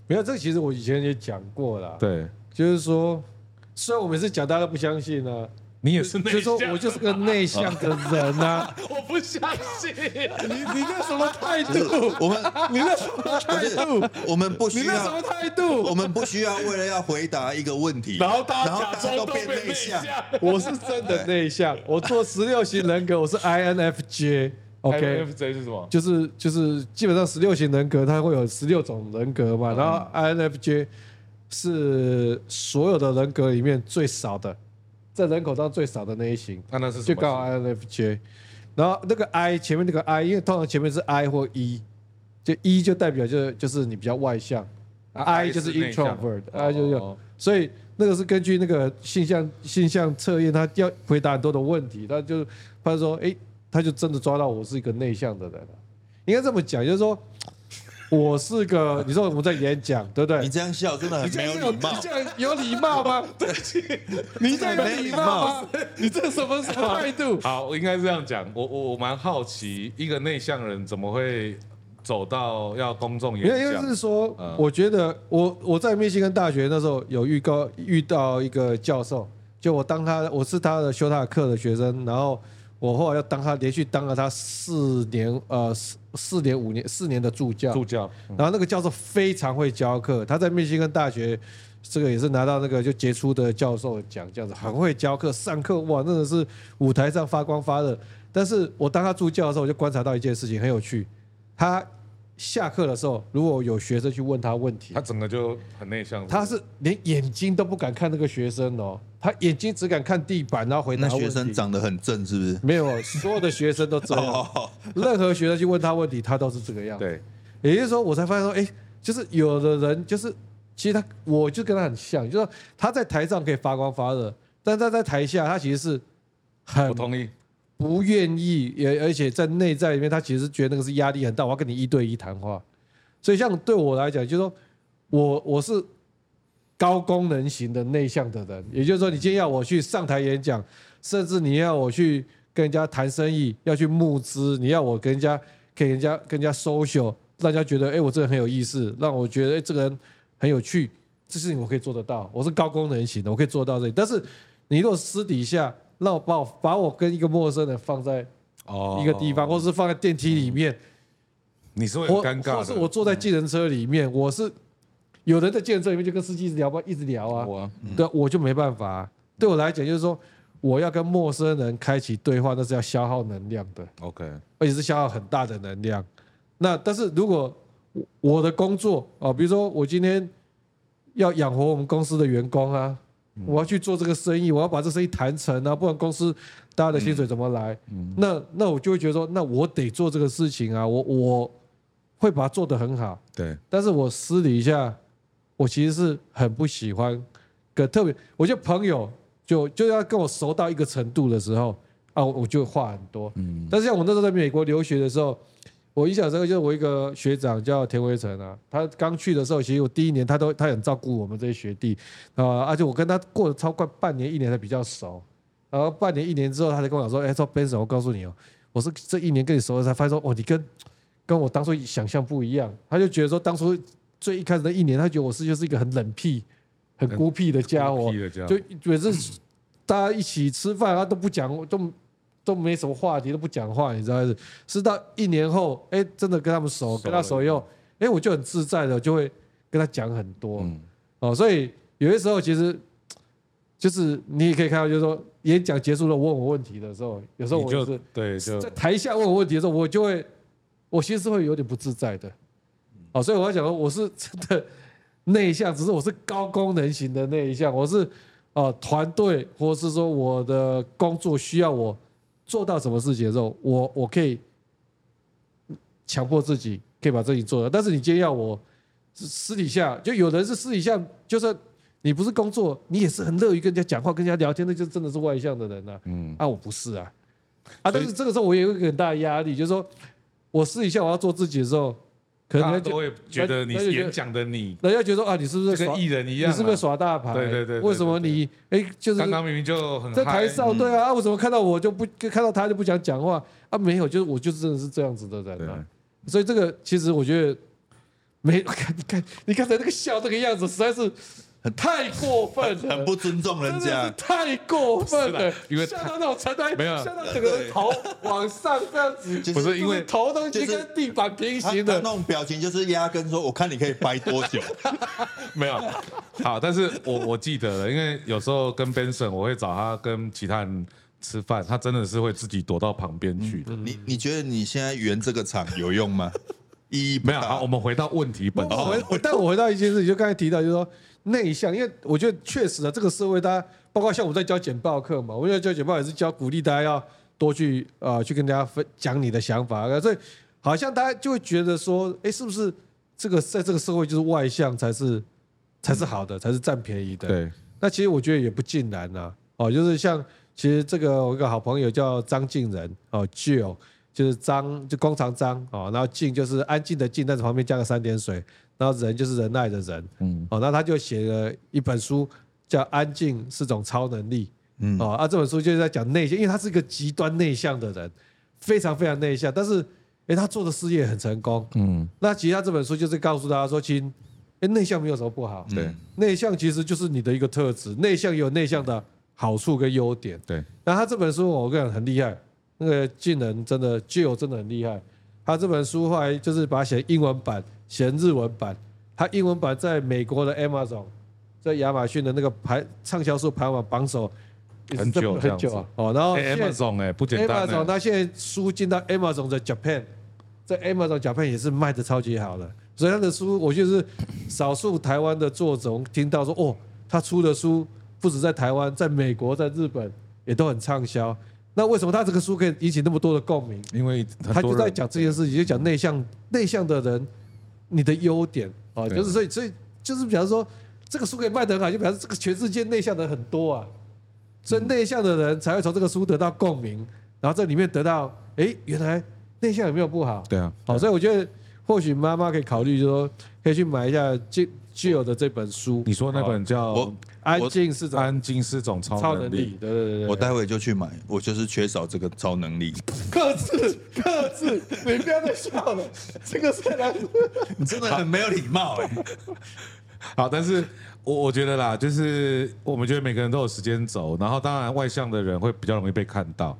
B: 没有这个其实我以前也讲过啦，
A: 对
B: 就是说，虽然我每次讲大家都不相信呢、啊，
A: 你也是内
B: 就是
A: 向，
B: 说我就是个内向的人呐、啊，
A: 我不相信。
B: 你你那什么态度？
C: 我们
B: 你那什么态度？
C: 我们 不
B: 你
C: 需
B: 那什么
C: 要，
B: 态
C: 我
B: 度？
C: 们不需要为了要回答一个 问题，
A: 然后大
C: 然
A: 家
C: 后
A: 假
C: 大家
A: 装
C: 都
A: 都
C: 变
A: 被
C: 内向。
B: 我是真的内向，我做十六型人格，我是 INFJ，OK、
A: INFJ 是什么？
B: 就是就是基本上十六型人格，它会有十六种人格嘛，
A: 嗯
B: 然后 INFJ 是所有的人格里面最少的，在人口当中最少的那一型，
A: 那那是什
B: 就
A: 么
B: 刚好
A: 型
B: INFJ。然后那个 I 前面那个 I，因为通常前面是 I 或 E，就 E 就代表就就是你比较外向
A: 啊
B: ，I
A: I
B: 就是
A: 是内向
B: introvert，I 就是
A: 哦
B: 所以那个是根据那个性向性向测验，他要回答很多的问题，他就他就说，诶，他就真的抓到我是一个内向的人了。应该这么讲，就是说我是个，你说我们在演讲，对不对？
C: 你这样笑真的很
B: 这
C: 没
B: 样
C: 有礼貌
B: 你。这样有礼貌吗？对不起， 你这样有礼貌吗？你这什么什么态度？
A: 好，我应该是这样讲。我我我蛮好奇，一个内向人怎么会走到要公众
B: 没有，因
A: 演
B: 为是
A: 讲？
B: 说
A: 嗯，
B: 我觉得我我在密西根大学那时候有预告遇到一个教授，就我当他我是他的修他的课的学生，然后我后来要当他连续当了他四年呃四四年五年四年的助教，
A: 助教，
B: 然后那个教授非常会教课，他在密西根大学，这个也是拿到那个就杰出的教授奖，这样子很会教课，上课哇，真的是舞台上发光发热。但是我当他助教的时候，我就观察到一件事情很有趣，他下课的时候，如果有学生去问他问题
A: 他，整个就很内向。
B: 他
A: 不
B: 是连眼睛都不敢看那个学生哦，他眼睛只敢看地板，然后回答
C: 那
B: 问题。
C: 学生长得很正，是不是？
B: 没有，所有的学生都这样，
C: 哦，
B: 任何学生去问他问题，他都是这个样子。
A: 对，
B: 也就是说，我才发现说，哎、就是有的人就是，其实他我就跟他很像，就是说他在台上可以发光发热，但他在台下他其实是很
A: 我同意。
B: 不愿意，也而且在内在里面他其实觉得那个是压力很大，我要跟你一对一谈话。所以像对我来讲，就是说我我是高功能型的内向的人，也就是说，你今天要我去上台演讲，甚至你要我去跟人家谈生意，要去募资，你要我跟人家给人家跟人家 social，让人家觉得哎、诶我这个人很有意思，让我觉得哎、诶这个人很有趣，这事情我可以做得到，我是高功能型的，我可以做到这里。但是你如果私底下让我把我把我跟一个陌生人放在
A: 哦
B: 一个地方，或是放在电梯里面，
A: 你是会很
B: 我
A: 尴
B: 或
A: 尬
B: 是
A: 的。嗯
B: 我坐在计程车里面，我是有人在计程车里面就跟司机一直聊吧，一直聊啊，
A: 我啊
B: 对啊，我就没办法啊、对我来讲，就是说我要跟陌生人开启对话，那是要消耗能量的，
A: OK，
B: 而且是消耗很大的能量。那但是如果我我的工作啊、哦比如说我今天要养活我们公司的员工啊，我要去做这个生意，我要把这生意谈成啊，不然公司大家的薪水怎么来？那那我就会觉得说，那我得做这个事情啊，我我会把它做得很好。
A: 对，
B: 但是我私底下，我其实是很不喜欢跟特别，我觉得朋友就就要跟我熟到一个程度的时候啊，我我就话很多。嗯，但是像我那时候在美国留学的时候，我印象深刻就是我一个学长叫田维成啊，他刚去的时候，其实我第一年他都他很照顾我们这些学弟啊、而且我跟他过了超快半年一年才比较熟，然后半年一年之后，他才跟我讲说，哎、说 Benson，我告诉你哦，我是这一年跟你熟了才发现说，哦，你跟跟我当初想象不一样，他就觉得说当初最一开始的一年，他觉得我是就是一个很冷僻、很孤僻的家伙
A: 孤僻，的家伙
B: 就每次大家一起吃饭，他都不讲，都都没什么话题，都不讲话，你知道是？是到一年后，哎，真的跟他们熟，
A: 熟
B: 跟他熟以后，哎，我就很自在的就会跟他讲很多、
A: 嗯
B: 哦，所以有些时候其实就是你也可以看到，就是说演讲结束了，我问我问题的时候，有时候
A: 你
B: 我就是
A: 就对就
B: 在台下问我问题的时候，我就会，我其实是会有点不自在的。
A: 嗯
B: 哦，所以我要讲说，我是真的 内向，只是我是高功能型的内向，我是呃团队或是说我的工作需要我做到什么事情的时候，我我可以强迫自己可以把这情做到。但是你今天要我私私底下，就有人是私底下，就算你不是工作，你也是很乐于跟人家讲话、跟人家聊天，那就真的是外向的人呐、啊。
A: 嗯，
B: 啊，我不是啊，啊，
A: 所以
B: 但是这个时候我也有一个很大的压力，就是说我私底下我要做自己的时候，可能
A: 大家
B: 人
A: 都
B: 家
A: 会觉得你
B: 那就觉得
A: 演讲的你
B: 人家觉得说啊，你是不
A: 就是跟
B: 耍，
A: 艺人一
B: 你
A: 样啊，
B: 是不是耍大牌？
A: 对对对对对
B: 为什么你哎，就是
A: 刚刚明明就很
B: 在
A: 嗨
B: 台上
C: 嗯
B: 对啊，啊为什么看到我就不看到他就不想讲话啊？没有，就是我就是真的是这样子的人啊，所以这个其实我觉得。没， 看你看你刚才那个笑这个样子，实在是太过分了，
C: 很不尊重人
B: 真的是
C: 家。
B: 太过分了
A: 是啦，因为
B: 吓到那种程度，
A: 没有
B: 吓到整个头往上这样子，
C: 就是
A: 不是因为
B: 就是头都已经
C: 就是
B: 跟地板平
C: 他他
B: 行
C: 那
B: 的，
C: 种表情就是压根说，我看你可以掰多久。
A: 没有，好，但是我我记得了，因为有时候跟 Benson，我会找他跟其他人吃饭，他真的是会自己躲到旁边去的。
C: 你你觉得你现在圆这个场有 用吗？意义不
A: 没有，
C: 大
A: 好，我们回到问题本
B: 哦我
A: 身。
B: 回但我回到一件事情，就刚才提到，就是说内向，因为我觉得确实啊，这个社会大家，包括像我们在教简报课嘛，我觉得教简报也是教鼓励大家要多去呃去跟大家分讲你的想法，呃所以好像大家就会觉得说，哎，是不是这个在这个社会就是外向才是才是好的，才是占便宜的？
A: 对，
B: 那其实我觉得也不尽然呐、哦，就是像其实这个我有一个好朋友叫张静仁哦，Jill 就是张就工长张哦，然后静就是安静的静，但是旁边加个三点水，然后仁就是仁爱的仁
A: 嗯，
B: 哦，那他就写了一本书叫《安静是种超能力》
C: 嗯
B: 哦，啊这本书就是在讲内向，因为他是一个极端内向的人，非常非常内向，但是诶他做的事业很成功，
A: 嗯，
B: 那其实他这本书就是告诉大家说，其实诶内向没有什么不好，
A: 对，
B: 内向其实就是你的一个特质，内向有内向的好处跟优点。
A: 对，
B: 那他这本书我跟你讲很厉害，那个技能真的 Jill 真的很厉害。他这本书后来就是把它写英文版、写日文版，他英文版在美国的 Amazon，在亚马逊的那个排畅销书排行榜榜首
A: 很久这
B: 很
A: 样子
B: 久啊。哦，然后
A: 哎
B: 现在
A: ，Amazon 哎，不简单
B: Amazon
A: 欸。
B: 它现在书进到 Amazon 的 Japan，在 Amazon Japan 也是卖的超级好的，所以他的书我就是少数台湾的作者，我听到说哦，他出的书不止在台湾，在美国、在日本也都很畅销。那为什么他这个书可以引起那么多的共鸣？
A: 因为很
B: 他
A: 多
B: 就在
A: 人嗯
B: 讲这件事情，就讲内向内向的人你的优点啊，哦
A: 对
B: 就是所以所以就是比方说这个书可以卖得很好，就表示这个全世界内向的人很多啊，所以
A: 嗯
B: 内向的人才会从这个书得到共鸣，然后这里面得到诶，原来内向有没有不好？
A: 对啊，
B: 好，所以我觉得或许妈妈可以考虑，就说可以去买一下具具有的这本书，
A: 你说那本叫
C: 我
A: 《
B: 安静哦是种
A: 安静是种超
B: 超
A: 能
B: 能
A: 力
B: 力，对对对对，
C: 我待会就去买，我就是缺少这个超能力。
B: 克制克制，你不要再笑了，这个虽然
C: 你真的很没有礼貌哎、》。
A: 欸 好，但是我我觉得啦，就是我们觉得每个人都有时间轴，然后当然外向的人会比较容易被看到，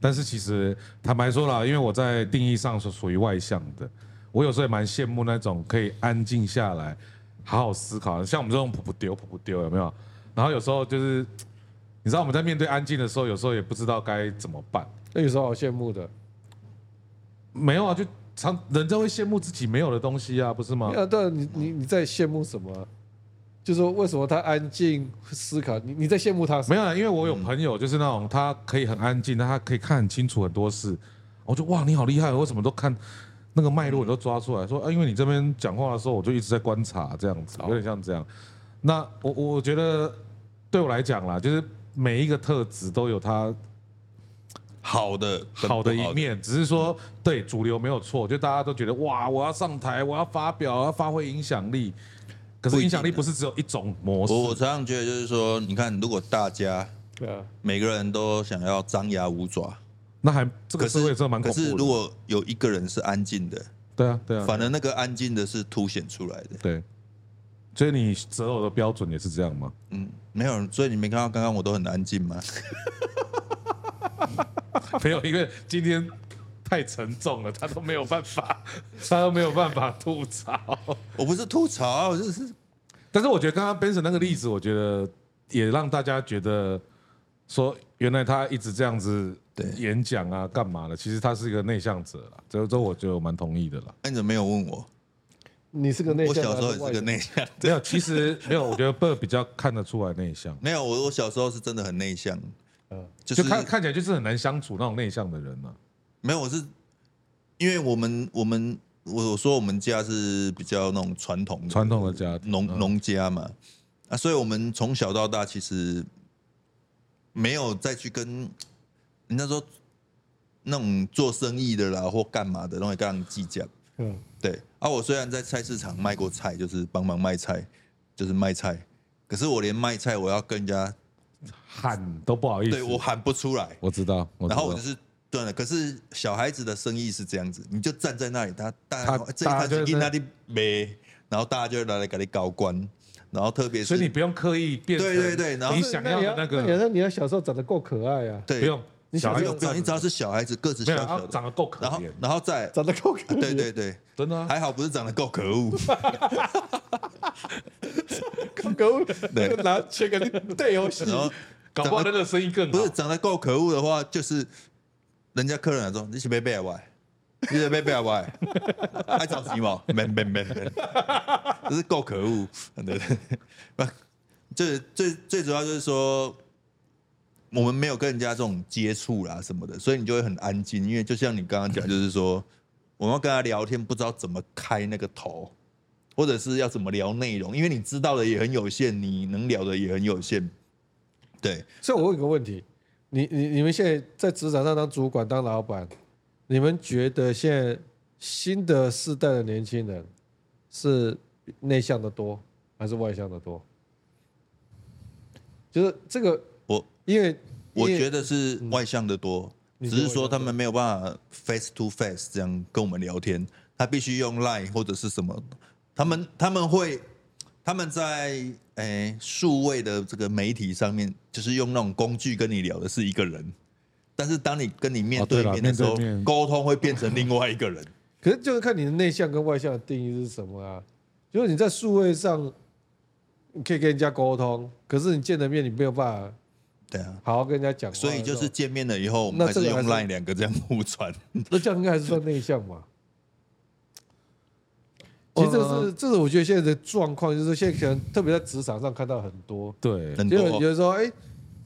A: 但是其实坦白说啦，因为我在定义上是属于外向的，我有时候也蛮羡慕那种可以安静下来，好好思考，像我们这种噗噗丢噗噗丢有没有？然后有时候就是，你知道我们在面对安静的时候，有时候也不知道该怎么办。
B: 那有时候好羡慕的。
A: 没有啊，就常人家会羡慕自己没有的东西啊，不是吗？
B: 啊，对啊，你你你在羡慕什么啊？就说为什么他安静思考？你你在羡慕他什么？
A: 没有啊啦，因为我有朋友就是那种他可以很安静，但他可以看很清楚很多事。我就哇，你好厉害，我什么都看，那个脉络你都抓出来。说啊，因为你这边讲话的时候，我就一直在观察，这样子有点像这样。那我我觉得对我来讲啦，就是每一个特质都有它
C: 好的，跟
A: 好的
C: 不
A: 一面，只是说对主流没有错，就大家都觉得哇，我要上台，我要发表，我要发挥影响力。可
C: 不
A: 是
C: 一定
A: 影响力
C: 啊
A: 不是只有一种模式
C: 我，我常常觉得就是说，你看，如果大家
B: 对啊，
C: 每个人都想要张牙舞爪，
A: 那还这
C: 可
A: 个社
C: 是
A: 会真的蛮恐
C: 可
A: 怖的。
C: 是如果有一个人是安静的，
A: 对啊，对啊，
C: 反而那个安静的是凸显出来的。
A: 对，所以你择偶的标准也是这样吗？
C: 嗯，没有，所以你没看到刚刚我都很安静吗？
A: 没有，因为今天太沉重了，他都没有办法， 他都没有办法吐槽。
C: 我不是吐槽，我就是
A: 但是我觉得刚刚 Benson 那个例子，我觉得也让大家觉得说，原来他一直这样子
C: 对
A: 演讲啊，干嘛的？其实他是一个内向者啦，这这我觉得我蛮同意的啦。
C: 那哎你怎么没有问我？
B: 你是个内
C: 我
B: 向，
C: 小时候也
B: 还外
C: 是个内向，
A: 没有，其实没有，我觉得 Bird 比较看得出来内向，
C: 没有我我小时候是真的很内向，
B: 嗯
C: 就是
A: 就看看起来就是很难相处那种内向的人嘛、
C: 没有我是因为我们我们我我说我们家是比较那种传统的
A: 传统的家庭
C: 农
A: 嗯
C: 农家嘛，啊，所以我们从小到大其实没有再去跟人家说那种做生意的啦或干嘛的那种跟人计较。
B: 嗯，
C: 对啊，我虽然在菜市场卖过菜，就是帮忙卖菜，就是卖菜，可是我连卖菜我要跟人家，
A: 喊嗯都不好意思。
C: 对我喊不出来，
A: 我知道，知道
C: 然后我就是断了。可是小孩子的生意是这样子，你就站在那里，他大
A: 他
C: 家这一
A: 大家
C: 摊
A: 就
C: 子
A: 是
C: 给那里没，然后大家就来来给你搞官，然后特别
A: 所
C: 是
A: 以你不用刻意变成
C: 对对对然后
A: 你想要的那
B: 也
A: 个，
B: 是你要小时候长得够可爱啊，
A: 不
C: 对，
A: 用，
B: 你
A: 小
B: 想
A: 孩
C: 不
A: 就
C: 用
A: 不
C: 不用，你只要是小孩子个子
A: 没
C: 小
A: 有
C: 小
A: 要
C: 的，
A: 长得够可
C: 然后
A: 怜，
C: 然后再
B: 长得够可爱。
C: 对对对，
A: 真的啊、
C: 还好不是长得够可恶，
B: 可恶， 那个 拿钱给你队友洗，
C: 然后
A: 搞不好那个生意更
C: 不是
A: 好。
C: 长得够可恶的话，就是人家客人来说你是被被歪， 你是被被歪，爱找鸡毛， 没没没没，这是够可恶，对对， 不，这最最主要就是说。我们没有跟人家这种接触啦什么的，所以你就会很安静。因为就像你刚刚讲，就是说我们要跟他聊天，不知道怎么开那个头，或者是要怎么聊内容，因为你知道的也很有限，你能聊的也很有限。对，
B: 所以我问一个问题：你你你们现在在职场上当主管、当老板，你们觉得现在新的世代的年轻人是内向的多，还是外向的多？就是这个，
C: 我
B: 因为
C: 我觉
B: 得
C: 得是外向的多，
B: 你
C: 只
B: 觉得
C: 是说
B: 外向
C: 他们没有办法 face to face 这样跟我们聊天，他必须用 Line 或者是什么，他们他们会他们在诶数位的这个媒体上面，就是用那种工具跟你聊的是一个人，但是当你跟你面
A: 哦对啦
C: 面的时候
A: 面对面，
C: 沟通会变成另外一 个人。
B: 可是就是看你的内向跟外向的定义是什么啊？就是你在数位上，你可以跟人家沟通，可是你见了面，你没有办法
C: 对啊，
B: 好好跟人家讲话的时
C: 所
B: 候。
C: 以就是见面了以后，我们
B: 那
C: 还
B: 这
C: 是
B: 个
C: 用
B: 还是
C: Line 两个这样互传。
B: 那这样应该还是算内向吧？
C: 呃
B: 其实这个是，这是我觉得现在的状况，就是现在可能特别在职场上看到很多，
A: 对，
C: 很
B: 就
C: 多
B: 有有人说，哎、有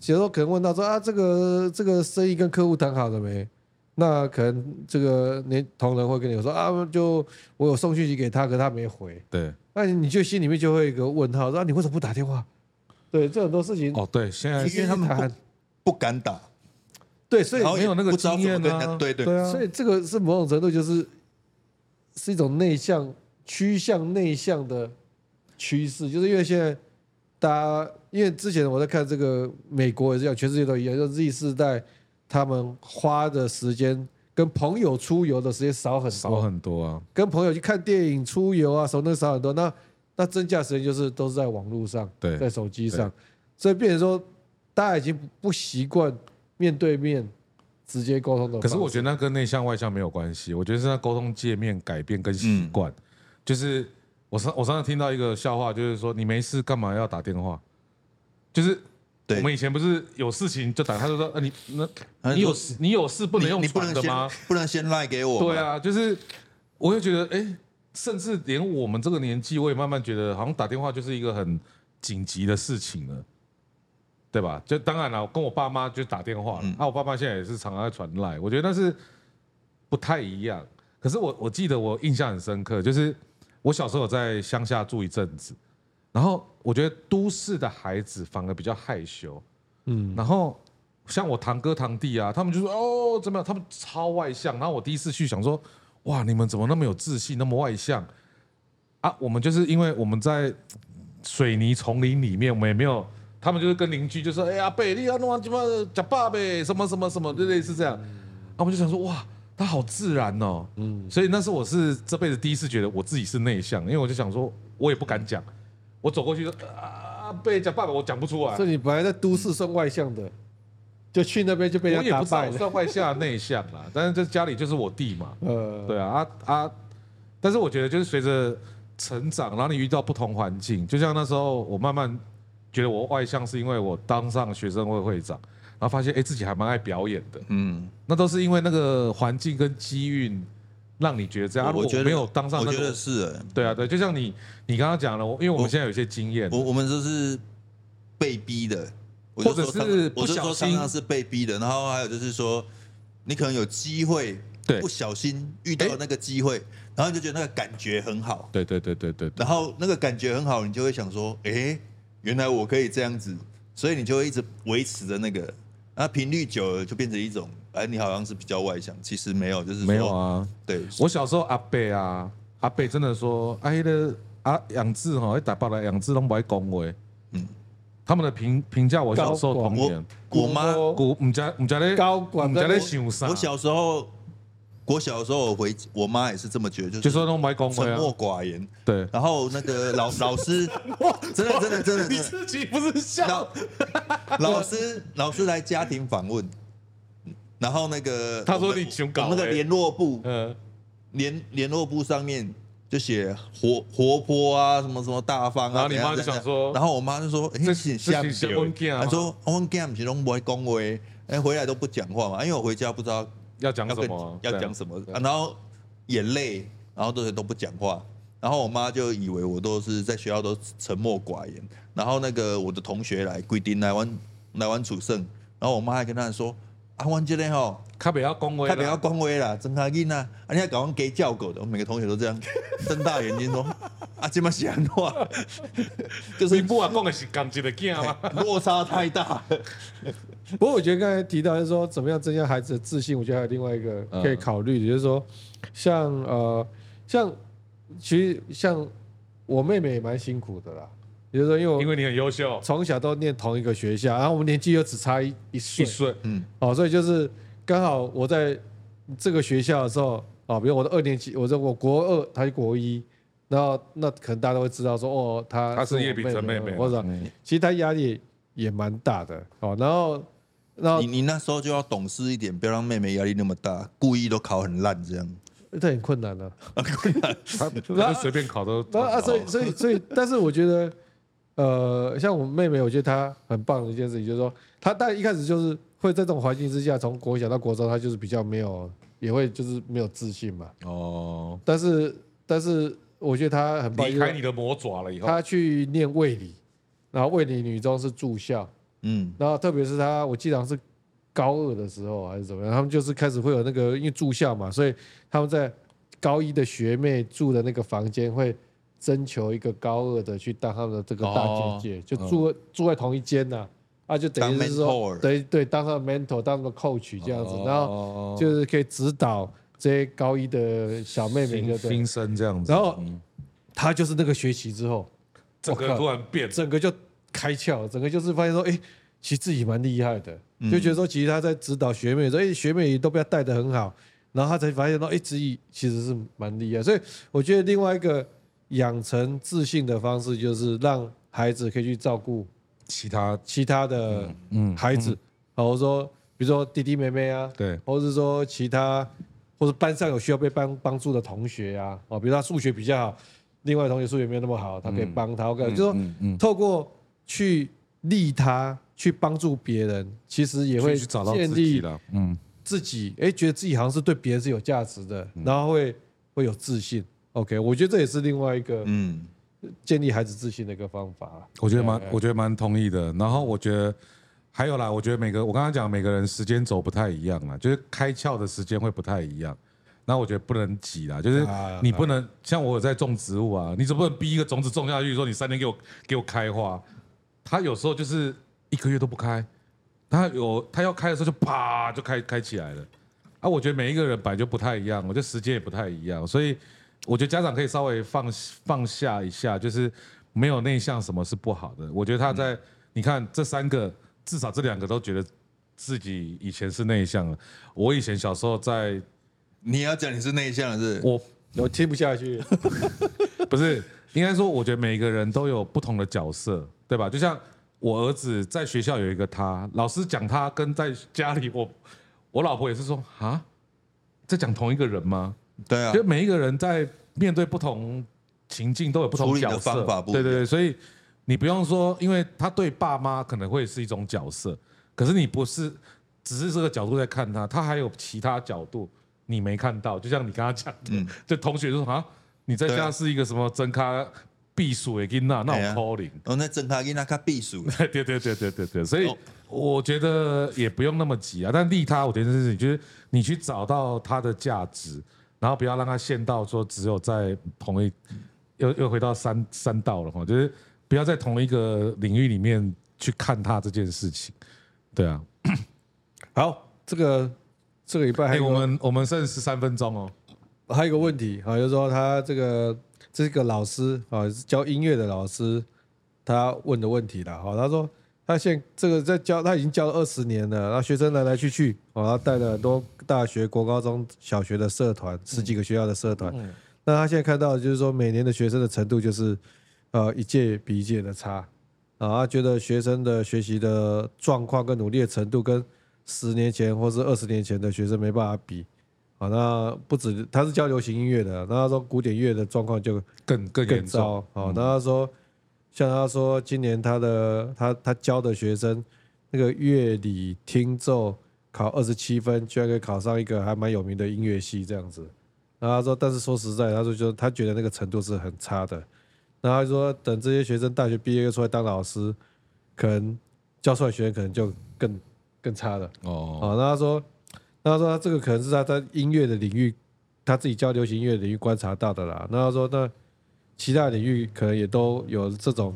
B: 时候可能问到说啊，这个这个生意跟客户谈好了没？那可能这个年同仁会跟你说啊，就我有送讯息给他，可他没回，
A: 对，
B: 那你就心里面就会有一个问号，说、啊、你为什么不打电话？对，这很多事情，
A: 哦对，现在
C: 哦因为他们
B: 谈
C: 不不敢打，
B: 对，所以
C: 然后也
A: 没有那个
C: 不知道
A: 经验啊
C: 怎么跟人家对对
A: 对啊，
B: 所以这个是某种程度就是是一种内向趋向内向的趋势，就是因为现在大家，因为之前我在看这个美国也是这样，全世界都一样，就 Z 世代他们花的时间跟朋友出游的时间少很多，
A: 少很多啊。
B: 跟朋友去看电影、出游啊什么的少很多。那那增加时间就是都是在网络上，
A: 对
B: 在手机上，所以变成说大家已经不习惯面对面直接沟通的方
A: 可
B: 式。
A: 是我觉得那跟内向外向没有关系，我觉得是那沟通界面改变跟习惯。
B: 嗯
A: 就是我上我上次听到一个笑话，就是说你没事干嘛要打电话？就是
C: 对
A: 我们以前不是有事情就打，他就说，呃、你那
C: 啊
A: 你
C: 你
A: 有
C: 说
A: 事你有事不能
C: 你
A: 用
C: 你不
A: 传
C: 能
A: 的吗
C: 先？不能先 Line 给我嘛，
A: 对啊，就是我就觉得，哎、甚至连我们这个年纪，我也慢慢觉得，好像打电话就是一个很紧急的事情了，对吧？就当然了，我跟我爸妈就打电话了，啊，我爸妈现在也是常常在传来，我觉得那是不太一样。可是我我记得我印象很深刻，就是我小时候有在乡下住一阵子，然后我觉得都市的孩子反而比较害羞，嗯，然后像我堂哥堂弟啊，他们就说哦怎么样，他们超外向。然后我第一次去想说，哇，你们怎么那么有自信，那么外向啊？我们就是因为我们在水泥丛林里面，我们也没有，他们就是跟邻居就说，哎呀，贝利要弄完鸡巴假爸呗，什么什么什么，就类似这样。啊，我们就想说，哇，他好自然哦，嗯，所以那是我是这辈子第一次觉得我自己是内向，因为我就想说，我也不敢讲，我走过去说啊，贝假爸爸，我讲不出来
B: 所，以你本来在都市算外向的，就去那边就被
A: 我
B: 人
A: 也
B: 家打
A: 不知道
B: 败
A: 我
B: 了。
A: 算外向内向啦，但是这家里就是我弟嘛，
B: 呃，
A: 对啊啊啊！但是我觉得就是随着成长，然后你遇到不同环境，就像那时候我慢慢觉得我外向是因为我当上学生会会长，然后发现哎、诶自己还蛮爱表演的，
C: 嗯，
A: 那都是因为那个环境跟机运让你觉得这样。啊如
C: 我
A: 果
C: 觉得
A: 没有当上
C: 我
A: 那
C: 觉得
A: 个，
C: 是、欸，
A: 对啊对，就像你你刚刚讲了，我因为我们现在有一些经验，
C: 我我们都是被逼的，我就
A: 或者
C: 说常
A: 是不
C: 我就
A: 小
C: 说
A: 心
C: 常常是被逼的，然后还有就是说，你可能有机会，
A: 对
C: 不小心遇到
A: 哎
C: 那个机会，然后你就觉得那个感觉很好，
A: 对对对对对对
C: 然后那个感觉很好，你就会想说，哎、原来我可以这样子，所以你就会一直维持着那个，那频率久了就变成一种，哎，你好像是比较外向，其实没有，就是说
A: 没有，啊，
C: 对，
A: 我小时候阿伯啊，阿伯真的说，哎、啊那个啊养志吼，打爆来养志拢不爱恭维，嗯
C: 嗯，
A: 他们的评评价我小时候
B: 高
A: 童
B: 广
A: 年
C: 我，我妈
A: 古唔知唔知咧，
B: 高管
A: 唔知咧
B: 我
A: 想啥，
C: 我小时候，我小时候我回我妈也是这么觉得，就是
A: 就说拢不爱恭维
C: 沉
A: 啊，
C: 默寡言。
A: 对，
C: 然后 那个老老师，真的真的真的
B: 你
C: 真
B: 自
C: 的，
B: 己不是笑
C: 老老师老师来家庭访问，然后那个
A: 他说
C: 我们
A: 你熊搞
C: 我们那
A: 欸
C: 个联络部
A: 呃，
C: 联联络部上面就写活活泼啊，什么什么大方
A: 然
C: 啊。
A: 后你
C: 怎样
A: 妈就
C: 怎
A: 想
C: 样
A: 说
C: 然后我妈就说，哎，
A: 这
C: 是
A: 这
C: 下
A: 是是我们囝吗
C: 她说哦我们 game 是拢不会恭维，哎，回来都不讲话嘛，因为我回家不知道
A: 要讲
C: 要
A: 什
C: 跟
A: 么？
C: 要
A: 对
C: 讲什么、
A: 对
C: 啊然后眼泪，然后都是都不讲话，然后我妈就以为我都是在学校都沉默寡言，然后那个我的同学来规定来玩来玩主胜，然后我妈还跟他说啊，我这个吼，
A: 较袂晓讲话啦，
C: 他不要恭维啦，真开心啊，啊你要搞完给叫狗的，我们每个同学都这样 睁大眼睛说啊，这么闲 话，就是
A: 你不啊管讲的是同一个囝 吗？
C: 落差太大了，
B: 不过我觉得刚才提到就是说，怎么样增加孩子的自信，我觉得还有另外一个
A: 嗯
B: 可以考虑的，就是说，像呃，像其实像我妹妹也蛮辛苦的啦，也就是说，因为我
A: 因为你很优秀，
B: 从小都念同一个学校，然后我们年纪又只差一一
A: 一
B: 岁，
A: 岁
C: 嗯，
B: 哦，所以就是刚好我在这个学校的时候，哦，比如我的二年级，我在我国二，她是国一，然后那可能大家都会知道说，哦，她
A: 她是
B: 我
A: 叶秉成妹妹
B: 或者
A: 嗯
B: 其实她压力也蛮大的哦，然后
A: 哦
B: 然后
C: 你你那时候就要懂事一点，不要让妹妹压力那么大，故意都考很烂这样。
B: 这很困难啊。
A: 他他就随便考 都，
B: 然后啊，所以
A: 哦
B: 所以所以，但是我觉得，呃，像我妹妹，我觉得她很棒的一件事情，就是说，她但一开始就是会在这种环境之下，从国小到国中，她就是比较没有，也会就是没有自信嘛。
A: 哦，
B: 但是但是，我觉得她很棒，
A: 离开你的魔爪了以
B: 就是
A: 后，
B: 她去念卫理，然后卫理女中是住校，
C: 嗯，
B: 然后特别是他，我记得好像是高二的时候还是怎么样，他们就是开始会有那个因为住校嘛，所以他们在高一的学妹住的那个房间会征求一个高二的去当他们的这个大姐姐，就住、住在同一间呐、啊。就等于是说，
C: 当 mentor
B: 等于对当上 mentor，当个 coach 这样
A: 哦
B: 子，然后
A: 后
B: 就是可以指导这些高一的小妹妹，对不对？
A: 新生这样子，
B: 然后
A: 嗯
B: 她就是那个学期之后，
A: 整
B: 我
A: 个
B: 靠
A: 突然变，
B: 整个就开窍，整个就是发现说，哎、其实自己蛮厉害的，
A: 嗯
B: 就觉得说，其实他在指导学妹说，哎、学妹都被他带的很好，然后他才发现到，哎、自己其实是蛮厉害。所以我觉得另外一个养成自信的方式，就是让孩子可以去照顾
A: 其他
B: 其他的
A: 嗯
B: 孩子，好，我说，比如说弟弟妹妹啊，
A: 对
B: 或者是说其他，或者班上有需要被帮帮助的同学啊，哦，比如他数学比较好，另外的同学数学没有那么好，他可以帮他，我感觉就是
A: 嗯
B: 说，透过去利他，去帮助别人，其实也会
A: 去去找到自
B: 建
A: 己
B: 立
A: 了，嗯，
B: 自己，哎，觉得自己好像是对别人是有价值的，
A: 嗯
B: 然后会会有自信。OK，我觉得这也是另外一个
C: 嗯，
B: 建立孩子自信的一个方法啊。
A: 我觉得蛮，我觉得蛮同意的。然后我觉得还有啦，我觉得每个我刚刚讲每个人时间轴不太一样啦，就是开窍的时间会不太一样。那我觉得不能急啦，就是
B: 啊
A: 你不能像我有在种植物啊，你总不能逼一个种子种下去，说你三天给我给我开花，它有时候就是一个月都不开，它有它要开的时候就啪就开开起来了。啊，我觉得每一个人本来就不太一样，我觉得时间也不太一样，所以我觉得家长可以稍微放放下一下，就是没有内向什么是不好的。我觉得他在、你看这三个，至少这两个都觉得自己以前是内向的。我以前小时候在，
C: 你也要讲你是内向的是？
A: 我
B: 我听不下去，
A: 不是 应该说，我觉得每一个人都有不同的角色，对吧？就像我儿子在学校有一个他，老师讲他跟在家里我我老婆也是说啊，在讲同一个人吗？
C: 对啊
A: 就，每一个人在面对不同情境都有不同
C: 处理的
A: 角色
C: 方法不一
A: 对
C: 样
A: 对对，所以你不用说，因为他对爸妈可能会是一种角色，可是你不是只是这个角度在看他，他还有其他角度你没看到。就像你刚刚讲的，
C: 嗯
A: 就同学就说啊，你在
C: 对啊
A: 家是一个什么真咖避暑的囡娜，那
C: 哎呀
A: 我 calling。
C: 然后那郑卡给那卡避暑，
A: 对对对对对对对，所以
C: 哦
A: 我觉得也不用那么急啊。但利他，我觉得是就是你去找到他的价值，然后不要让他陷到说只有在同一，又又回到三三道了哈，就是不要在同一个领域里面去看他这件事情。对啊，
B: 好，这个这个礼拜还
A: 哎、
B: 有一
A: 我
B: 个、
A: 们我们剩十三分钟哦。
B: 还有一个问题，好，就是说他这个这个老师啊，是教音乐的老师，他问的问题了。好，他说他现这个在教，他已经教了二十年了，然后学生来来去去，哦，他带了很多大学、国高中小学的社团，十几个学校的社团。那他现在看到的就是说，每年的学生的程度就是，呃，一届比一届的差。啊，他觉得学生的学习的状况跟努力的程度跟十年前或是二十年前的学生没办法比。啊，那不止他是教流行音乐的，那他说古典乐的状况就
A: 更更
B: 更
A: 严重，嗯
B: 糟。好，那他说，像他说今年他的他他教的学生那个乐理听奏考二十七分，居然可以考上一个还蛮有名的音乐系这样子。然后他说，但是说实在，他说就他觉得那个程度是很差的。然后他说，等这些学生大学毕业出来当老师，可能教出来学生可能就更更差了。
A: 哦，
B: 哦，那他说，那他说他这个可能是他在音乐的领域，他自己教流行音乐领域观察到的啦。那他说，那其他领域可能也都有这种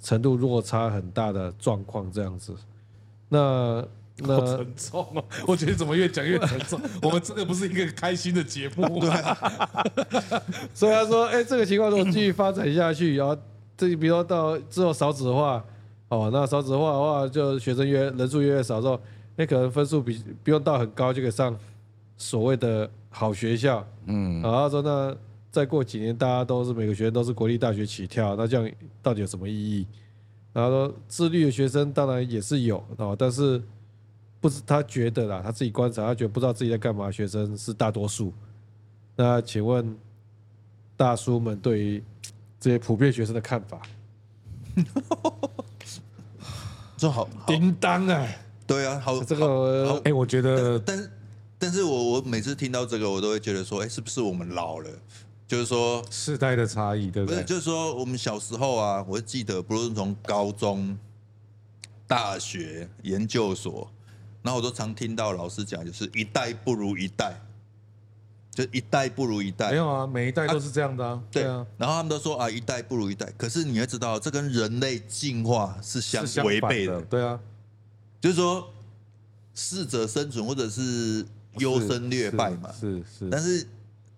B: 程度落差很大的状况这样子。那
A: 好
B: 那
A: 沉重哦！我觉得怎么越讲越沉重。我们这个不是一个开心的节 目吗？
B: 所以他说，哎、这个情况如果继续发展下去，然后这比如说到之后少子化，哦，那少子化的话，就学生越人数越来越少之后，那可能分数比不用到很高就可以上所谓的好学校，嗯，然后他说那再过几年大家都是每个学生都是国立大学起跳，那这样到底有什么意义？然后说自律的学生当然也是有哦，但是不是他觉得啦，他自己观察，他觉得不知道自己在干嘛，学生是大多数。那请问大叔们对于这些普遍学生的看法。
C: 这 好好
B: 叮当啊，
C: 对啊，好
B: 这个
C: 好
A: 哎、我觉得
C: 但是但是我我每次听到这个，我都会觉得说，哎、是不是我们老了？就是说，
A: 世代的差异，对不
C: 不是，
A: 对？
C: 就是说我们小时候啊，我记得不论从高中、大学、研究所，然后我都常听到老师讲，就是一代不如一代，就一代不如一代。
A: 没有啊，每一代都是这样的啊。
C: 对
A: 对啊，
C: 然后他们都说啊，一代不如一代。可是你要知道，这跟人类进化是相
A: 是相
C: 违
A: 反
C: 背
A: 的，
C: 的。
A: 对啊，
C: 就是说，适者生存，或者是优胜劣败嘛。
A: 是是。
C: 但
A: 是
C: 是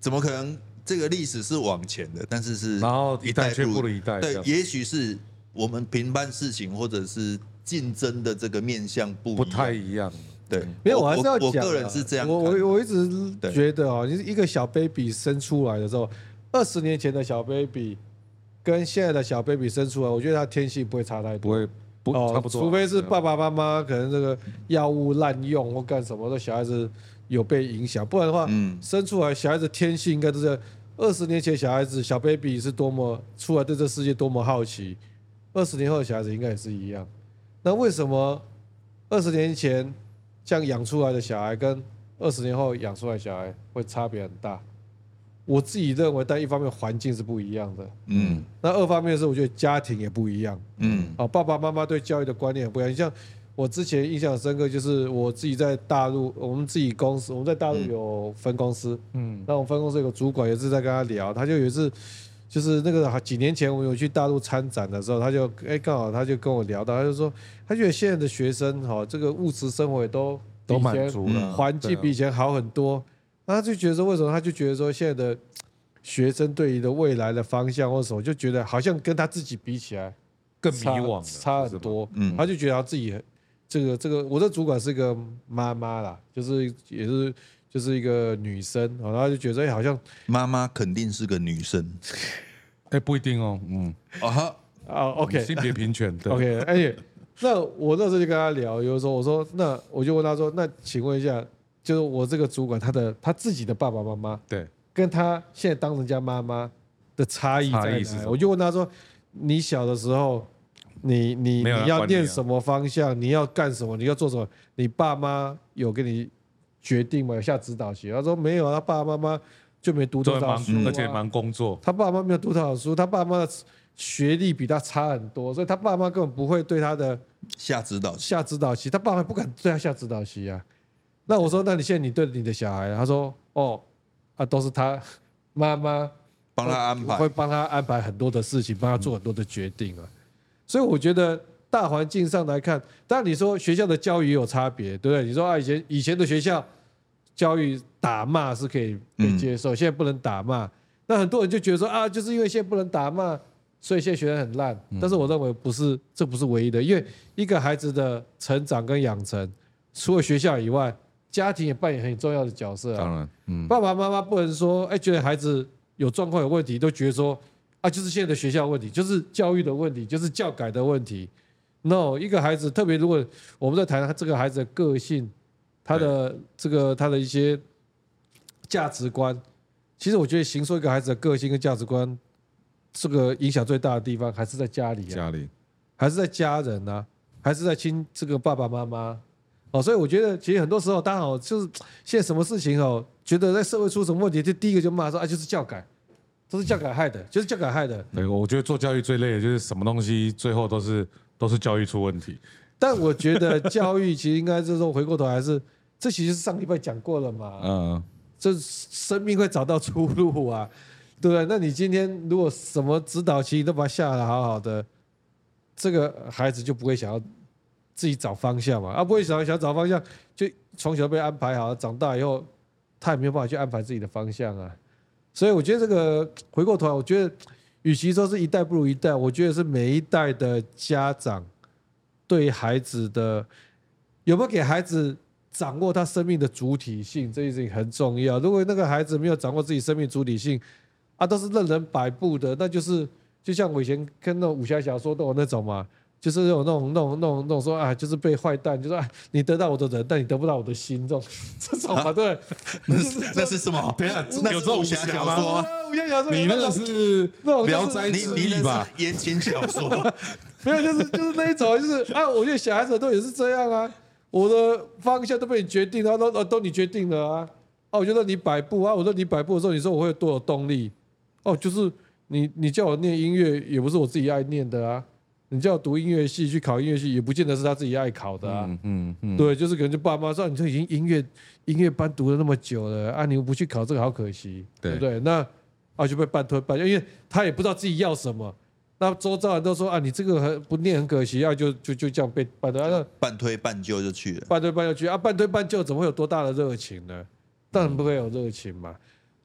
C: 怎么可能？这个历史是往前的，但是是
A: 然后一代却不如一代这
C: 对
A: 样，
C: 也许是我们评判事情或者是竞争的这个面向不
A: 不
C: 一样
A: 太一样，
C: 对。
B: 没有，
C: 我
B: 我还是要
C: 我
B: 讲啊。
C: 我个人是这样看，
B: 我我我一直
C: 对
B: 觉得哦，就是一个小 baby 生出来的时候，二十年前的小 baby 跟现在的小 baby 生出来，我觉得他天性不会差太多。
A: 不会不
B: 哦，
A: 差不多啊，
B: 除非
A: 对
B: 是
A: 啊
B: 爸爸妈妈可能这个
C: 啊
B: 药物滥用或干什么的，小孩子有被影响，不然的话，
C: 嗯
B: 生出来小孩子天性应该都是二十年前小孩子小 baby 是多么出来对这世界多么好奇，二十年后的小孩子应该也是一样。那为什么二十年前像养出来的小孩跟二十年后养出来的小孩会差别很大？我自己认为，但一方面环境是不一样的，
C: 嗯
B: 那二方面是我觉得家庭也不一样。
C: 嗯
B: 啊，爸爸妈妈对教育的观念也不一样。像我之前印象深刻，就是我自己在大陆，我们自己公司，我们在大陆有分公司，
A: 嗯
B: 那我们分公司有个主管，有一次在跟他聊，他就有一次，就是那个几年前我们有去大陆参展的时候，他就哎刚好他就跟我聊到，他就说他觉得现在的学生哈、这个物质生活也都比
A: 都
B: 以
A: 满
B: 前
A: 足
C: 嗯
A: 了，
B: 环
A: 对
B: 境
A: 啊
B: 比以前好很多。那他就觉得说，为什么他就觉得说现在的嘖学生对于的未来的方向或什么，就觉得好像跟他自己比起来
A: 更迷
B: 差
A: 惘了，
B: 差
A: 是
B: 很
A: 吧。
B: 多。
C: 嗯
B: 他就觉得他自己很这个这个，我的主管是个妈妈啦，就是也是就是一个女生，然后他就觉得哎、好像
C: 妈妈肯定是个女生
A: 哎，不一定哦，嗯
C: 啊哈，
B: 啊，OK，
A: 性别平权，对
B: OK，而且那我那时候就跟他聊，有时候我说那我就问他说，那请问一下，就是我这个主管他的他自己的爸爸妈妈
A: 对，
B: 跟他现在当人家妈妈的差异在
A: 差
B: 哪
A: 异是
B: 里
A: 什么
B: 我就问他说，你小的时候你你
A: 没有人
B: 你要
A: 管你啊
B: 念什么方向，你要干什么，你要做什么，你爸妈有给你决定吗？有下指导棋？他说没有啊，他爸爸妈妈就没读
A: 都很
B: 多少
A: 忙
B: 书、
C: 嗯
B: 啊，，
A: 而且忙工作，
B: 他爸妈没有读多少书，他爸妈的学历比他差很多，所以他爸妈根本不会对他的
C: 下指导
B: 下指导棋，他爸妈不敢对他下指导棋啊。那我说，那你现在你对你的小孩，他说哦，啊都是他 妈妈
C: 帮他安
B: 我会
C: 排，
B: 帮他安排很多的事情，帮他做很多的决定啊。所以我觉得大环境上来看，当然你说学校的教育也有差别，对不对？你说啊，以前以前的学校教育打骂是可以被接受，现在不能打骂。那很多人就觉得说啊，就是因为现在不能打骂，所以现在学生很烂。
C: 嗯
B: 但是我认为不是，这不是唯一的，因为一个孩子的成长跟养成，除了学校以外，家庭也扮演很重要的角色啊。
A: 当然，嗯，
B: 爸爸妈妈不能说，哎，觉得孩子有状况有问题，都觉得说，啊，就是现在的学校问题，就是教育的问题，就是教改的问题。No，一个孩子，特别如果我们在谈他这个孩子的个性，他的这个他的一些价值观，其实我觉得形塑一个孩子的个性跟价值观，这个影响最大的地方还是在家里啊。
A: 家里
B: 还是在家人呢、还是在亲这个爸爸妈妈？哦，所以我觉得其实很多时候，大家好就是现在什么事情哦，觉得在社会出什么问题，就第一个就骂说啊，就是教改，都是教改害的，就是教改害的。
A: 对，我觉得做教育最累的就是什么东西最后都是都是教育出问题，
B: 但我觉得教育其实应该就是说回过头还是，这其实是上礼拜讲过了嘛，
A: 嗯，
B: 这生命会找到出路啊， 对不对？那你今天如果什么指导期都把它下得好好的，这个孩子就不会想要自己找方向嘛，啊，不会想想找方向，就从小被安排好，长大以后他也没有办法去安排自己的方向啊。所以我觉得这个回过头来，我觉得与其说是一代不如一代，我觉得是每一代的家长对孩子的有没有给孩子掌握他生命的主体性，这件事情很重要。如果那个孩子没有掌握自己生命主体性，啊，都是任人摆布的，那就是就像我以前跟那种武侠小说都有那种嘛，就是有那种那种那种那种说啊，就是被坏蛋，就说、啊、你得到我的人，但你得不到我的心，这种这种嘛，对不
C: 那是 那是什么？
A: 等一下
C: 那
A: 有
C: 是
A: 这种
C: 武侠
A: 武侠
C: 小
A: 吗
B: 对？
C: 说，
B: 啊武侠小说
A: 嗯
B: 有
A: 你那个
B: 种
A: 是
B: 那种
A: 《
B: 就是
A: 聊斋
C: 你
A: 志
C: 你
A: 异》
C: 那
A: 吧
C: 是？言情小 说，
B: 没有，就是就是那一种，就是啊，我觉得小孩子都也是这样啊，我的方向都被你决定了，都都都你决定了啊，哦、我就让你摆布啊，我让你摆布的时候，你说我会有多有动力？哦，就是你你叫我念音乐，也不是我自己爱念的啊，你叫我读音乐系去考音乐系，也不见得是他自己爱考的啊。
A: 嗯嗯嗯，
B: 对，就是可能就爸妈说你这已经音乐音乐班读了那么久了啊，你又不去考这个好可惜，对
A: 对
B: 不对？那啊就被半推半就，因为他也不知道自己要什么。那周遭人都说啊，你这个很不念很可惜啊，就就就这样被半推，啊、那
C: 半推半就就去了。
B: 半推半就去啊，半推半就怎么会有多大的热情呢？当然不会有热情嘛。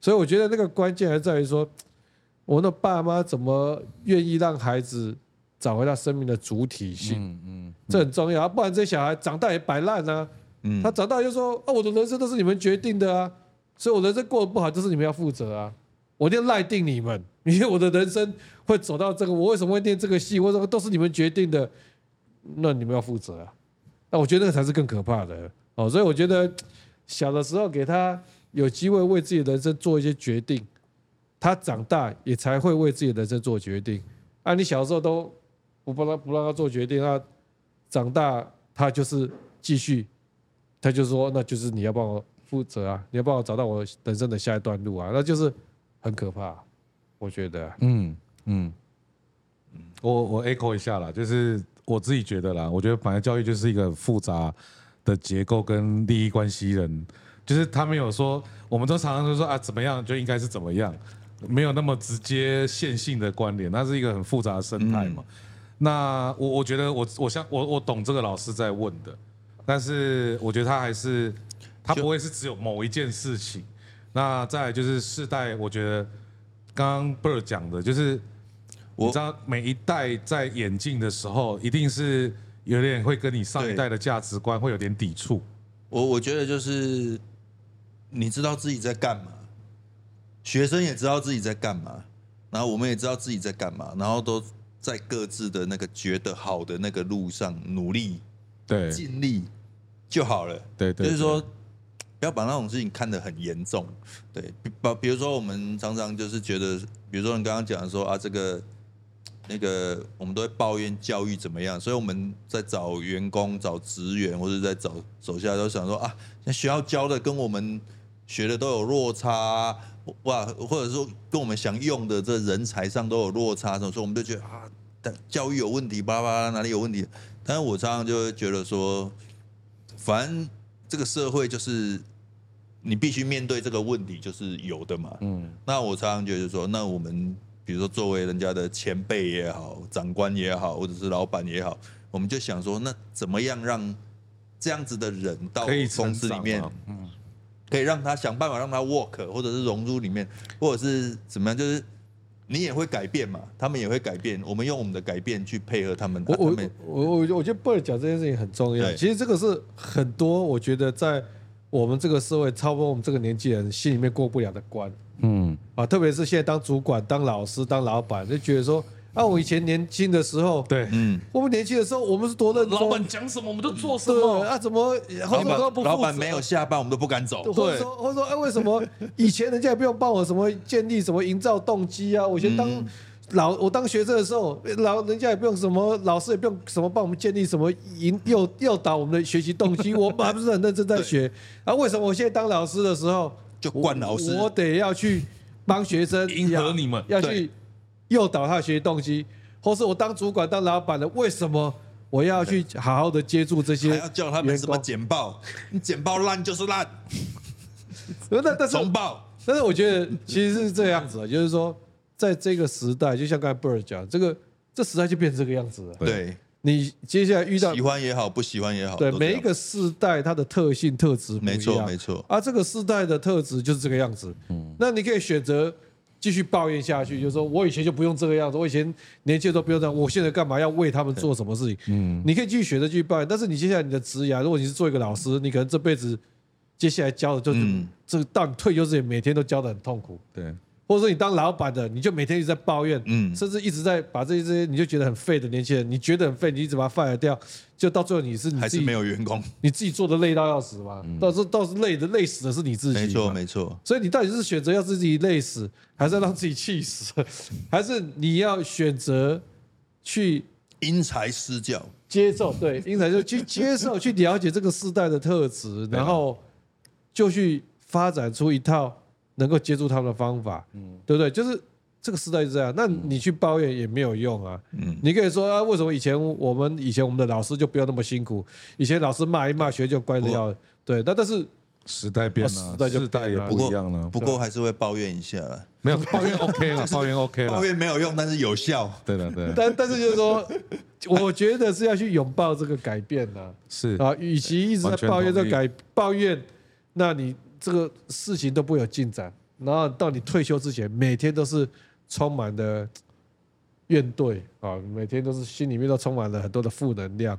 B: 所以我觉得那个关键还在于说，我们的爸妈怎么愿意让孩子找回他生命的主体性，
A: 嗯嗯，
B: 这很重要啊，不然这小孩长大也摆烂啊。
C: 嗯
B: 他，长大就说：“啊，我的人生都是你们决定的啊，所以我人生过得不好就是你们要负责啊，我一定赖定你们， 因为我的人生会走到这个，我为什么会念这个戏，为什么都是你们决定的，那你们要负责啊。”那我觉得那个才是更可怕的哦，所以我觉得小的时候给他有机会为自己的人生做一些决定，他长大也才会为自己的人生做决定。啊，你小时候都不帮他不让他做决定，那长大他就是继续他就说那就是你要帮我负责啊，你要帮我找到我人生的下一段路啊，那就是很可怕，我觉得。
A: 嗯，嗯，我我 echo 一下啦，就是我自己觉得啦，我觉得本来教育就是一个复杂的结构跟利益关系人，就是他们有说，我们都常常都说啊怎么样就应该是怎么样，没有那么直接线性的关联，那是一个很复杂的生态嘛。那我我觉得我我像我我懂这个老师在问的，但是我觉得他还是他
C: 就
A: 不会是只有某一件事情。那再来就是世代，我觉得刚刚 Bird 讲的，就是
C: 我
A: 你知道每一代在演进的时候，一定是有点会跟你上一代的价值观会有点抵触。
C: 我我觉得就是你知道自己在干嘛，学生也知道自己在干嘛，然后我们也知道自己在干嘛，然后都在各自的那个觉得好的那个路上努力
A: 对
C: 尽力就好了。
A: 对对，
C: 就是说，不要把那种事情看得很严重。对，比比比如说我们常常就是觉得，比如说你刚刚讲的说啊，这个那个我们都会抱怨教育怎么样，所以我们在找员工、找职员或者在找手下都想说啊，那学校教的跟我们学的都有落差，啊哇，或者说跟我们想用的这人才上都有落差，所以我们就觉得啊，但教育有问题，巴拉巴拉哪里有问题？但是我常常就会觉得说，反正这个社会就是你必须面对这个问题，就是有的嘛，
A: 嗯，
C: 那我常常觉得说，那我们比如说作为人家的前辈也好、长官也好，或者是老板也好，我们就想说，那怎么样让这样子的人到
A: 可以
C: 公司里面
A: 成长，啊嘛嗯，
C: 可以让他想办法让他 work，或者是融入里面，或者是怎么样，就是。你也会改变嘛？他们也会改变，我们用我们的改变去配合他们。
B: 我
C: 啊他
B: 我
C: 们
B: 我我我觉得 Bird 讲这件事情很重要。
C: 对
B: 其实这个是很多我觉得在我们这个社会，差不多我们这个年纪人心里面过不了的关
A: 嗯，
B: 啊。特别是现在当主管、当老师、当老板，就觉得说啊，我以前年轻的时候，
A: 对，
C: 嗯，
B: 我们年轻的时候，我们是多认真，
A: 老板讲什么我们就做什
B: 对
A: 么，
B: 啊，怎么
C: 老
B: 后面都不负
C: 板
B: 责
C: 老板没有下班，我们都不敢走。
B: 或者说，或者说，哎，为什么以前人家也不用帮我什么建立什么营造动机啊？我以前当
C: 嗯
B: 老我当学生的时候，老人家也不用什么，老师也不用什么帮我们建立什么引诱诱导我们的学习动机，我们还不是很认真在学啊？为什么我现在当老师的时候
C: 就惯老师
B: 我我得要去帮学生
A: 迎合你们
B: 要要
C: 对
B: 去诱导他的学习动机，或是我当主管当老板了，为什么我要去好好的接触这些
C: 还要叫他们
B: 员
C: 什么
B: 工？
C: 简报？你简报烂就是烂，
B: 那但是
C: 重报。
B: 但是我觉得其实是这样子的，啊就是说，在这个时代，就像刚才贝尔讲，这个这时代就变成这个样子了。
A: 对
C: 对，
B: 你接下来遇到
C: 喜欢也好，不喜欢也好，
B: 对
C: 都这
B: 每
C: 样
B: 一个世代，它的特性特质不一样
C: 没错嗯没错
B: 啊，这个世代的特质就是这个样子。那你可以选择继续抱怨下去，就是说我以前就不用这个样子，我以前年轻的时候不用这样，我现在干嘛要为他们做什么事情？嗯，你可以继续选择继续抱怨，但是你接下来你的职涯，如果你是做一个老师，你可能这辈子接下来教的就是、
C: 嗯
B: 这个到你退休之前，每天都教的很痛苦。
A: 对，
B: 或者说你当老板的，你就每天一直在抱怨，
C: 嗯
B: 甚至一直在把这些你就觉得很废的年轻人，你觉得很废，你一直把他 fire 掉，就到最后你是你
C: 还
B: 自
C: 是
B: 己
C: 没有员工。
B: 你自己做的累到要死嘛，到时候到时候累的累死的是你自己，
C: 没错，没错，
B: 所以你到底是选择要自己累死，还是要让自己气死，还是你要选择去
C: 因材施教，
B: 接受？ 对，因此就去接受，去了解这个世代的特质，然后就去发展出一套能够接住他们的方法，对不对？就是这个时代是这样，那你去抱怨也没有用啊。
C: 嗯
B: 你可以说啊，为什么以前我们以前我们的老师就不要那么辛苦，以前老师骂一骂学就乖的要，对，那但是
A: 时代变
B: 哦
A: 了
B: 时，代就
A: 世代也
B: 变了
A: 不一样了，
C: 不过还是会抱怨一下啦。
A: 没有抱怨 OK 了，抱怨 OK
B: 啊
A: 了
C: 抱，怨没有用，但是有效。
A: 对了 对了，
B: 但但是就是说，我觉得是要去拥抱这个改变呐、
A: 是
B: 啊，与其一直在
A: 完全
B: 抱怨这
A: 同意
B: 改抱怨，那你这个事情都不会有进展，然后到你退休之前，每天都是充满的怨怼啊，每天都是心里面都充满了很多的负能量。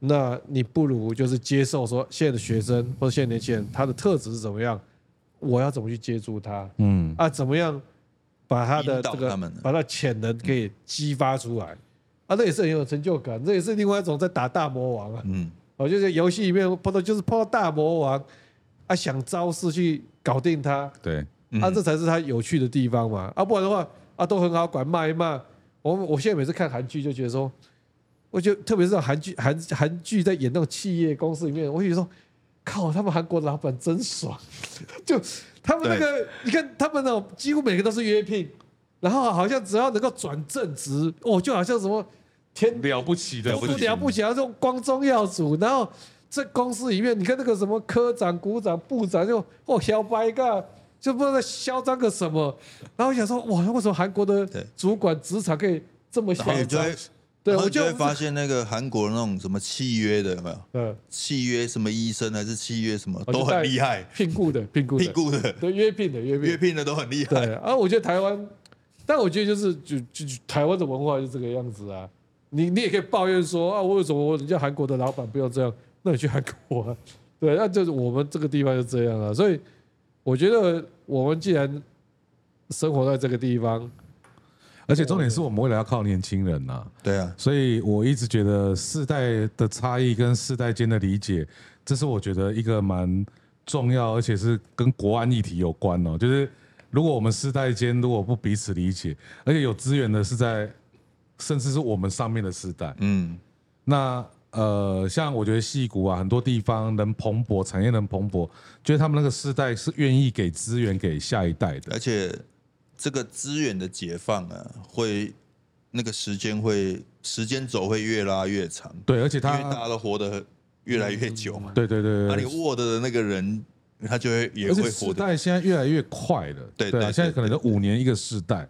B: 那你不如就是接受说，现在的学生或者现在年轻人他的特质是怎么样，我要怎么去接住他
A: 嗯，
B: 啊？怎么样把他的
C: 引导
B: 这个
C: 他们
B: 把他潜能给激发出来啊？那也是很有成就感，这也是另外一种在打大魔王啊。
C: 嗯，
B: 我就是游戏里面碰到就是碰到大魔王，啊，想招式去搞定他，
A: 对，
B: 啊，这才是他有趣的地方嘛，啊，不然的话啊都很好管，骂一骂。我我现在每次看韩剧就觉得说，我就特别是那种韩剧韩韩剧在演那种企业公司里面，我就觉得说，靠，他们韩国老板真爽， 就他们那个你看他们那种几乎每个都是约聘，然后好像只要能够转正职，哦，就好像什么天
A: 了不起的
B: 都不了不起啊！这种光宗耀祖，然后这公司里面，你看那个什么科长、股长、部长就哦小白个，就不知道在嚣张个什么。然后我想说，哇，为什么韩国的
C: 对
B: 主管职场可以这么嚣
C: 然后你就
B: 张
C: 会？，
B: 对，
C: 然后
B: 我
C: 你就
B: 就
C: 会发现那个韩国那种什么契约的有没有？
B: 嗯，
C: 契约什么医生还啊是契约什么
A: 哦
B: 我就
C: 都
B: 带
C: 很厉害，
B: 聘雇的，聘雇的，
C: 聘雇的、
B: 对，约聘的，约聘
C: 约
B: 的，
C: 聘的都很厉害。
B: 对。啊，我觉得台湾，但我觉得就是就就就台湾的文化就是这个样子啊。你你也可以抱怨说啊，为什么我人家韩国的老板不要这样？那你去韩国啊？对，那就是我们这个地方就这样了、啊所以我觉得我们既然生活在这个地方，
A: 而且重点是我们未来要靠年轻人呐、
C: 对啊，
A: 所以我一直觉得世代的差异跟世代间的理解，这是我觉得一个蛮重要，而且是跟国安议题有关哦。就是如果我们世代间如果不彼此理解，而且有资源的是在甚至是我们上面的时代。
C: 嗯，
A: 那呃，像我觉得戏谷啊，很多地方能蓬勃，产业能蓬勃，就是他们那个世代是愿意给资源给下一代的。
C: 而且这个资源的解放啊，会那个时间会时间轴会越拉越长，
A: 对，而且
C: 因为大
A: 他，
C: 家都活得越来越久嘛。
A: 对对对
C: 那、
A: 对
C: 你
A: 对，
C: 握着的那个人，他就会也
A: 而且
C: 会
A: 世
C: 活得
A: 代现在越来越快了，
C: 对对
A: 啊
C: 对
A: 现在可能就五年一个世代。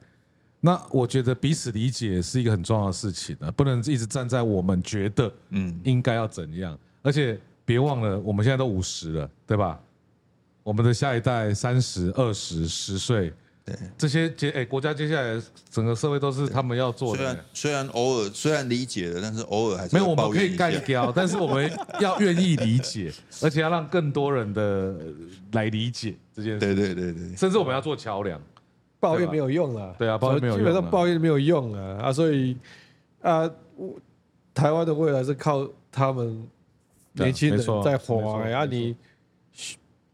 A: 那我觉得彼此理解是一个很重要的事情啊，不能一直站在我们觉得
C: 嗯，
A: 应该要怎样，而且别忘了我们现在都五十了，对吧？我们的下一代三十、二十、十岁，
C: 对，
A: 这些接哎、国家接下来整个社会都是他们要做
C: 虽
A: 的、
C: 然虽然偶尔虽然理解了，但是偶尔还是
A: 没有，
C: 会
A: 我们
C: 抱
A: 可
C: 怨
A: 以
C: 一
A: 干
C: 下。
A: 掉，但是我们要愿意理解，而且要让更多人的呃来理解这件事，
C: 对对对对，
A: 甚至我们要做桥梁。
B: 抱怨没有用了，
A: 对啊抱怨没有用啊
B: 基本上抱怨没有用了啊，所以啊，我台湾的未来是靠他们
A: 对啊
B: 年轻人
A: 没错
B: 在
A: 没
B: 活
A: 错
B: 然后
A: 没错
B: 你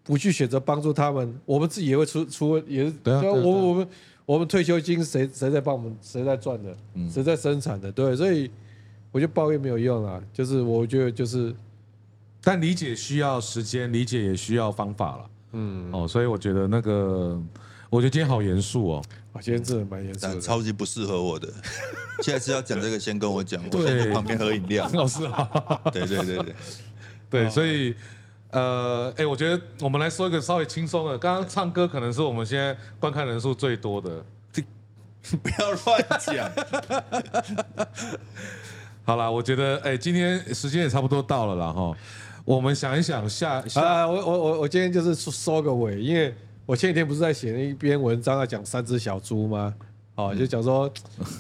B: 不去选择帮助他们，我们自己也会出出问，也是
A: 对啊对啊对啊
B: 我我们我们退休金谁谁在帮我们，谁在赚的，
A: 嗯
B: 谁在生产的，对，所以我觉得抱怨没有用了，就是我觉得就是
A: 但理解需要时间，理解也需要方法了。
B: 嗯，
A: 哦，所以我觉得那个，我觉得今天好严肃哦。
B: 我啊今天真的蛮严肃
C: 但
B: 的，
C: 超级不适合我的。下次要讲这个，先跟我讲，我
A: 对。
C: 先去旁边喝饮料
A: 老师好。
C: 对对对对，
A: 对，所以呃，哎、我觉得我们来说一个稍微轻松的。刚刚唱歌可能是我们现在观看人数最多的。
C: 不要乱讲。
A: 好啦，我觉得哎、今天时间也差不多到了啦哈。我们想一想下下、
B: 啊，我我我我今天就是收收个尾，因为我前几天不是在写那一篇文章在讲三只小猪吗？哦，就讲说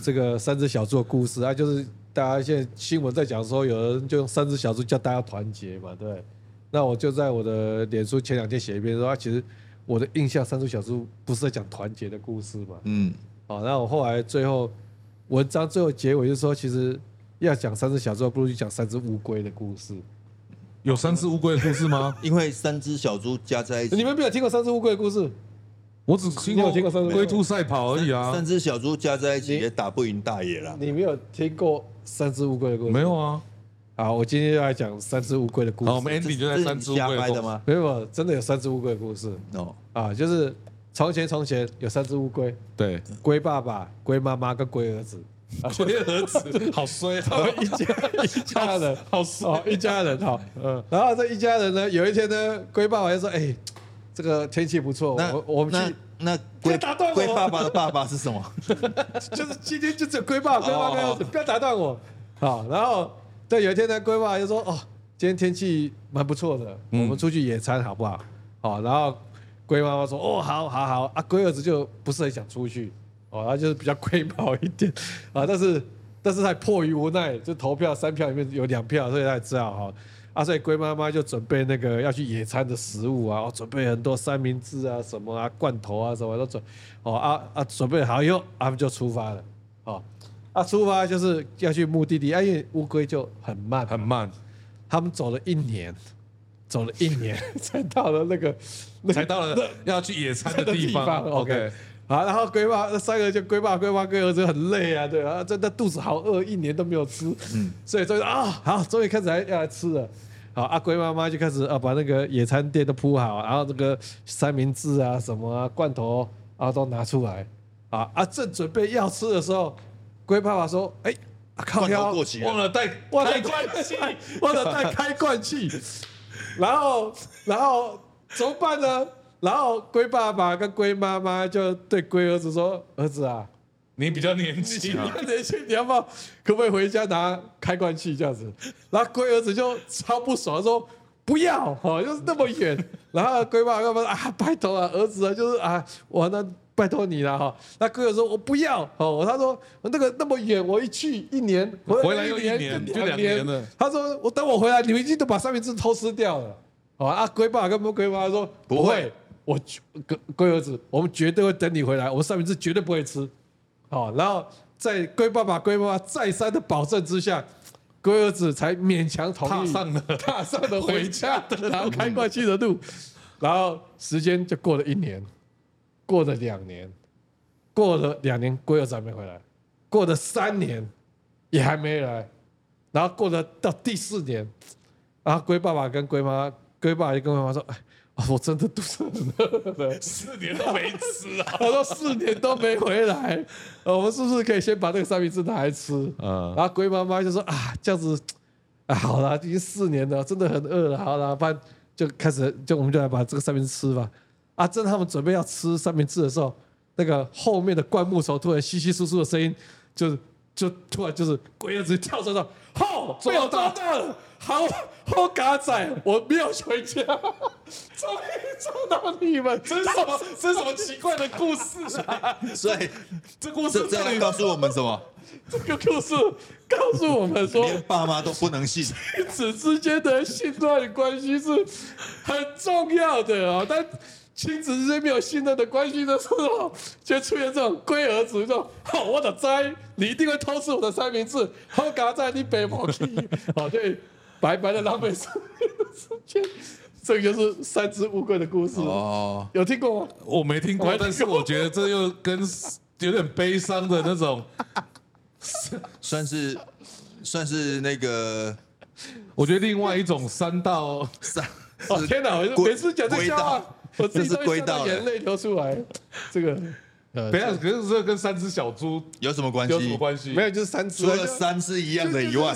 B: 这个三只小猪的故事啊，就是大家现在新闻在讲说有人就用三只小猪叫大家团结嘛，对不对。那我就在我的脸书前两天写一篇说，啊，其实我的印象三只小猪不是在讲团结的故事嘛。
C: 嗯，
B: 哦，那我后来最后文章最后结尾就说，其实要讲三只小猪，不如去讲三只乌龟的故事。
A: 有三只乌龟的故事吗？
C: 因为三只小猪加在一起，
B: 你们没有听过三只乌龟的故事？
A: 我只听过
B: 你有听过三只乌龟
A: 龟兔赛跑而已啊
C: 三，只小猪加在一起
B: 你
C: 也打不赢大野狼。
B: 你没有听过三只乌龟的故事？
A: 没。有啊。
B: 好，我今天要来讲三只乌龟的故事。
A: 好，我们 ending 就在三只乌
C: 这
A: 龟
C: 是你瞎掰
A: 故
C: 的
A: 事？
C: 吗？
B: 没有，真的有三只乌龟的故事
C: 哦，
B: 啊，就是从前从前有三只乌龟，
A: 对，
B: 龟爸爸、龟妈妈跟龟儿子，
A: 龟儿子好衰啊！
B: 一家一家 人。
A: 好衰
B: 哦，一家人好，嗯，然后这一家人呢，有一天呢，龟爸爸就说：“哎、这个天气不错，
C: 那
B: 我我们
C: 那
B: 去，
C: 那龟
B: 别打断我
C: 龟爸爸的爸爸是什么？
B: 就是今天就只有龟爸爸、龟爸爸跟儿子，不要打断我。好，然后对，有一天呢，龟爸爸就说：“哦，今天天气蛮不错的，我们出去野餐好不好？”好，然后龟妈妈说：“哦，好好好。”啊，龟儿子就不是很想出去，哦，他就是比较 龟毛一点啊，但是但是还迫于无奈，就投票三票里面有两票，所以他也知道哈。啊，所以龟妈妈就准备那个要去野餐的食物啊，哦、准备很多三明治啊、什么啊、罐头啊什么都准，哦啊啊，准备好以后，他们就出发了，哦啊，出发就是要去目的地，啊，因为乌龟就很慢，
A: 很慢，
B: 他们走了一年，走了一年 才到了那个那
A: 才
B: 个
A: 到了要去野餐的地 方。
B: OK。好，然后龟爸那三个就龟爸、龟妈、龟儿子很累啊，对啊，真的肚子好饿，一年都没有吃，嗯，所以终于啊，好，终于开始来要来吃了。好，阿、龟妈妈就开始啊，把那个野餐垫都铺好，然后这个三明治啊、什么啊、罐头啊都拿出来。啊啊，正准备要吃的时候，龟爸爸说：“哎、啊靠
C: 罐
B: 腰
C: 头过期
A: 忘
C: 了，
A: 了带
B: 忘了
A: 开罐器，
B: 忘了带开罐器，然后然后怎么办呢？然后龟爸爸跟龟妈妈就对龟儿子说：“儿子啊，
A: 你比较年轻
B: 你
A: 啊。
B: 看年轻，你要不要可不可以回家拿开罐器这样子？”然后龟儿子就超不爽，说：“不要哦，就是那么远。” 然后龟爸爸说：“啊，拜托啊，儿子啊，就是啊，我那拜托你了哈。哦”那龟儿子说：“我不要哦。”他说：“那个那么远，我一去一年，
A: 回来又一年就两年了。
B: 他说：“我等我回来，你们已经都把三明治偷吃掉了。”哦啊，龟爸跟龟妈说：“
C: 不会
B: 会，我龟龟儿子，我们绝对会等你回来，我们三明治绝对不会吃。”好，然后在龟爸爸、龟妈妈再三的保证之下，龟儿子才勉强同
A: 踏
B: 意
A: 上了
B: 踏上了回家的，然后开过去的路，然后时间就过了一年，过了两年，过了两年，龟儿子还没回来，过了三年，也还没来，然后过了到第四年，然后龟爸爸跟龟妈，龟爸就跟龟妈说：“哎，我真的肚子很饿了。”
A: 四年都没吃 啊。
B: 他说四年都没回来，呃我们是不是可以先把那个三明治拿来吃？
A: 嗯，
B: 然后龟妈妈就说啊，这样子，啊， 好啦，已经四年了，真的很饿了，好啦，不然就开始就我们就来把这个三明治吃吧。啊，正当他们准备要吃三明治的时候，那个后面的灌木丛突然稀稀疏疏的声音，就是就突然就是龟儿子跳出来说：“ 吼，被我抓到了，好好嘎仔，我没有回家， 终于抓到你们，
A: 这是什么？ 这是什么奇怪的故事 啊？
C: 所以
A: 这故
C: 这
A: 事
C: 这
A: 到
C: 样
A: 底
C: 告诉我们什么？
B: 这个故事告诉我们 说，
C: 连爸妈都不能信。
B: 彼此之间的信任关系是很重要的啊、但亲子之间没有信任的关系的时候，就出现这种龟儿子这种，好、我的灾，你一定会偷吃我的三明治，好嘎在你北跑去，好对，白白的浪费生命的时间。这个就是三只乌龟的故事，
C: 哦，
B: 有听过吗？
A: 我没听
B: 我
A: 过
B: 没听过，
A: 但是我觉得这又跟有点悲伤的那种，
C: 算是算是那个
A: 我觉得另外一种三到
C: 三。
B: 哦天哪！我就
C: 归
B: 每次讲这个笑
C: 归
B: 话
C: 到，
B: 我自己
C: 这
B: 都
C: 是
B: 会
C: 归
B: 笑到
C: 到了
B: 眼泪流出来。这个，呃
A: 等一下，可是这跟三只小猪
C: 有什么关
A: 有什么
C: 系？
A: 关系？
B: 没有，就是三只
C: 除
B: 啊，
C: 了三是一样的以外，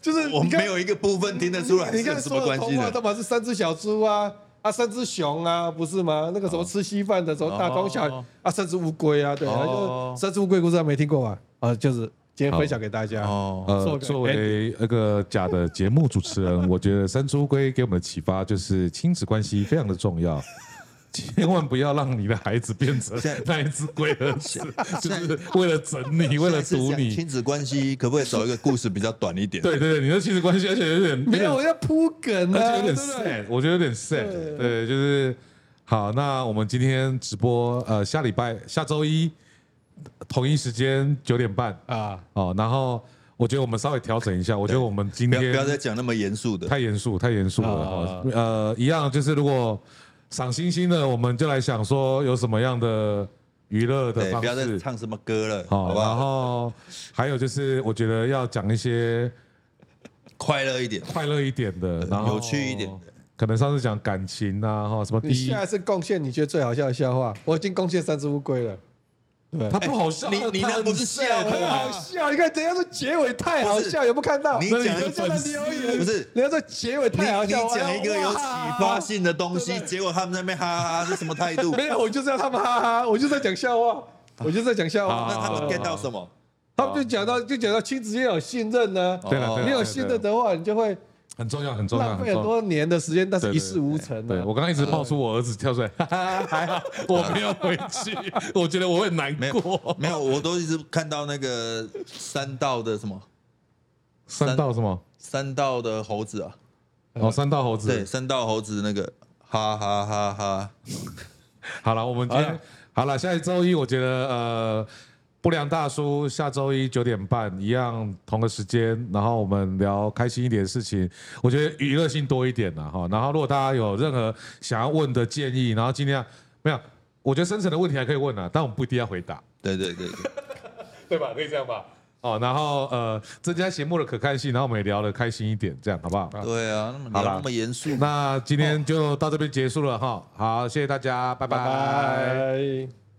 B: 就就是
C: 我
B: 你看
C: 没有一个部分听得出来
B: 你
C: 是有
B: 看
C: 什
B: 所
C: 么
B: 有的
C: 关
B: 童
C: 系
B: 话
C: 的。
B: 啊都嘛是三只小猪啊，啊三只熊啊，不是吗？那个什
C: 哦
B: 么吃稀饭的，什么大光小、
A: 哦
B: 啊，三只乌龟啊，对啊，
A: 哦
B: 就是三只乌龟故事还没听过吧？啊，就是今天分享给大家。
C: 哦，
A: 呃，
B: 做个哎
A: 作为那个假的节目主持人，我觉得山猪龟给我们的启发就是亲子关系非常的重要，千万不要让你的孩子变成
C: 现在
A: 那一只龟儿子，就
C: 在
A: 是为了整你，为了
C: 现在是
A: 毒
C: 讲
A: 你。
C: 亲子关系可不可以找一个故事比较短一点？
A: 对对对，你的亲子关系，而且有点
B: 没有，我要铺梗
A: 而且
B: 啊，
A: 有
C: 哦
A: 点
B: 对不对
A: sad，我觉得有点 sad
B: 对。
A: 对，就是好，那我们今天直播，呃，下礼拜下周一同一时间九点半
B: 啊，
A: 哦，然后我觉得我们稍微调整一下，我觉得我们今
C: 不要
A: 天
C: 不要再讲那么严肃的。
A: 太严肃，太严肃了
B: 啊
A: 哈。呃，一样就是如果赏星星的，我们就来想说有什么样的娱乐的
C: 对，
A: 方
C: 不要再
A: 式，
C: 唱什么歌了，好
A: 好，
C: 不
A: 然
C: 好？
A: 后还有就是我觉得要讲一些
C: 快乐一点，
A: 快乐一点的，然后
C: 呃有趣一点的。
A: 可能上次讲感情啊，哈，什么第
B: 你
A: 一
B: 下一次贡献你觉得最好笑的笑话，我已经贡献三只乌龟了。
A: 他不好笑，
C: 你
A: 他
C: 哎你
A: 他
C: 那
A: 很
C: 不是笑
A: sad
B: 很好笑，你看人家说结尾太好笑，有没有看到？
C: 啊你
A: 那你
C: 讲
A: 就
C: 一
B: 人家的
C: 个
A: 粉丝
B: 留言
C: 不是
B: 人家说结尾
C: 你
B: 太好
C: 你
B: 笑，
C: 讲一个有启发
B: 性。
C: 性的东西，结果他们在那边哈哈哈是什么态度？
B: 没有，我就是要他们哈哈，我就在讲笑话，我就在讲笑
A: 好
B: 话。
C: 哦那他们
A: 好
C: get 到什么？
B: 他们就讲到就讲到亲子间有信任呢、
A: 对哦了，对了
B: 你有信任，的话，你就会
A: 很重要，很重要，
B: 浪
A: 很
B: 费很
A: 重要。
B: 多年的时间，但是
A: 对
B: 一事无成、啊。
A: 对我刚刚一直冒出我儿子跳出来， 哈哈，还好我没有回去， 我觉得我很难
C: 没有
A: 过。
C: 没有，我都一直看到那个三道的什么
A: 三道什么？
C: 三道的猴子啊，
A: 哦，三道猴
C: 对，
A: 子。
C: 三道猴子那个哈哈哈哈，
A: 好了，我们今
B: 好
A: 天
B: 了
A: 好了，下一周一我觉得呃，不良大叔下周一九点半一样同个时间，然后我们聊开心一点的事情，我觉得娱乐性多一点啦哈。然后如果大家有任何想要问的建议，然后尽量没有，我觉得深层的问题还可以问啊，但我们不一定要回答。
C: 对对对对，
A: 对吧？可以这样吧。哦，然后呃，增加节目的可看性，然后我们也聊得开心一点，这样好不好？
C: 对啊，那么
A: 好
C: 聊
A: 啦
C: 那么严肃，
A: 那今天就到这边结束了哈。好，谢谢大家，拜
B: 拜
A: 拜
B: 拜。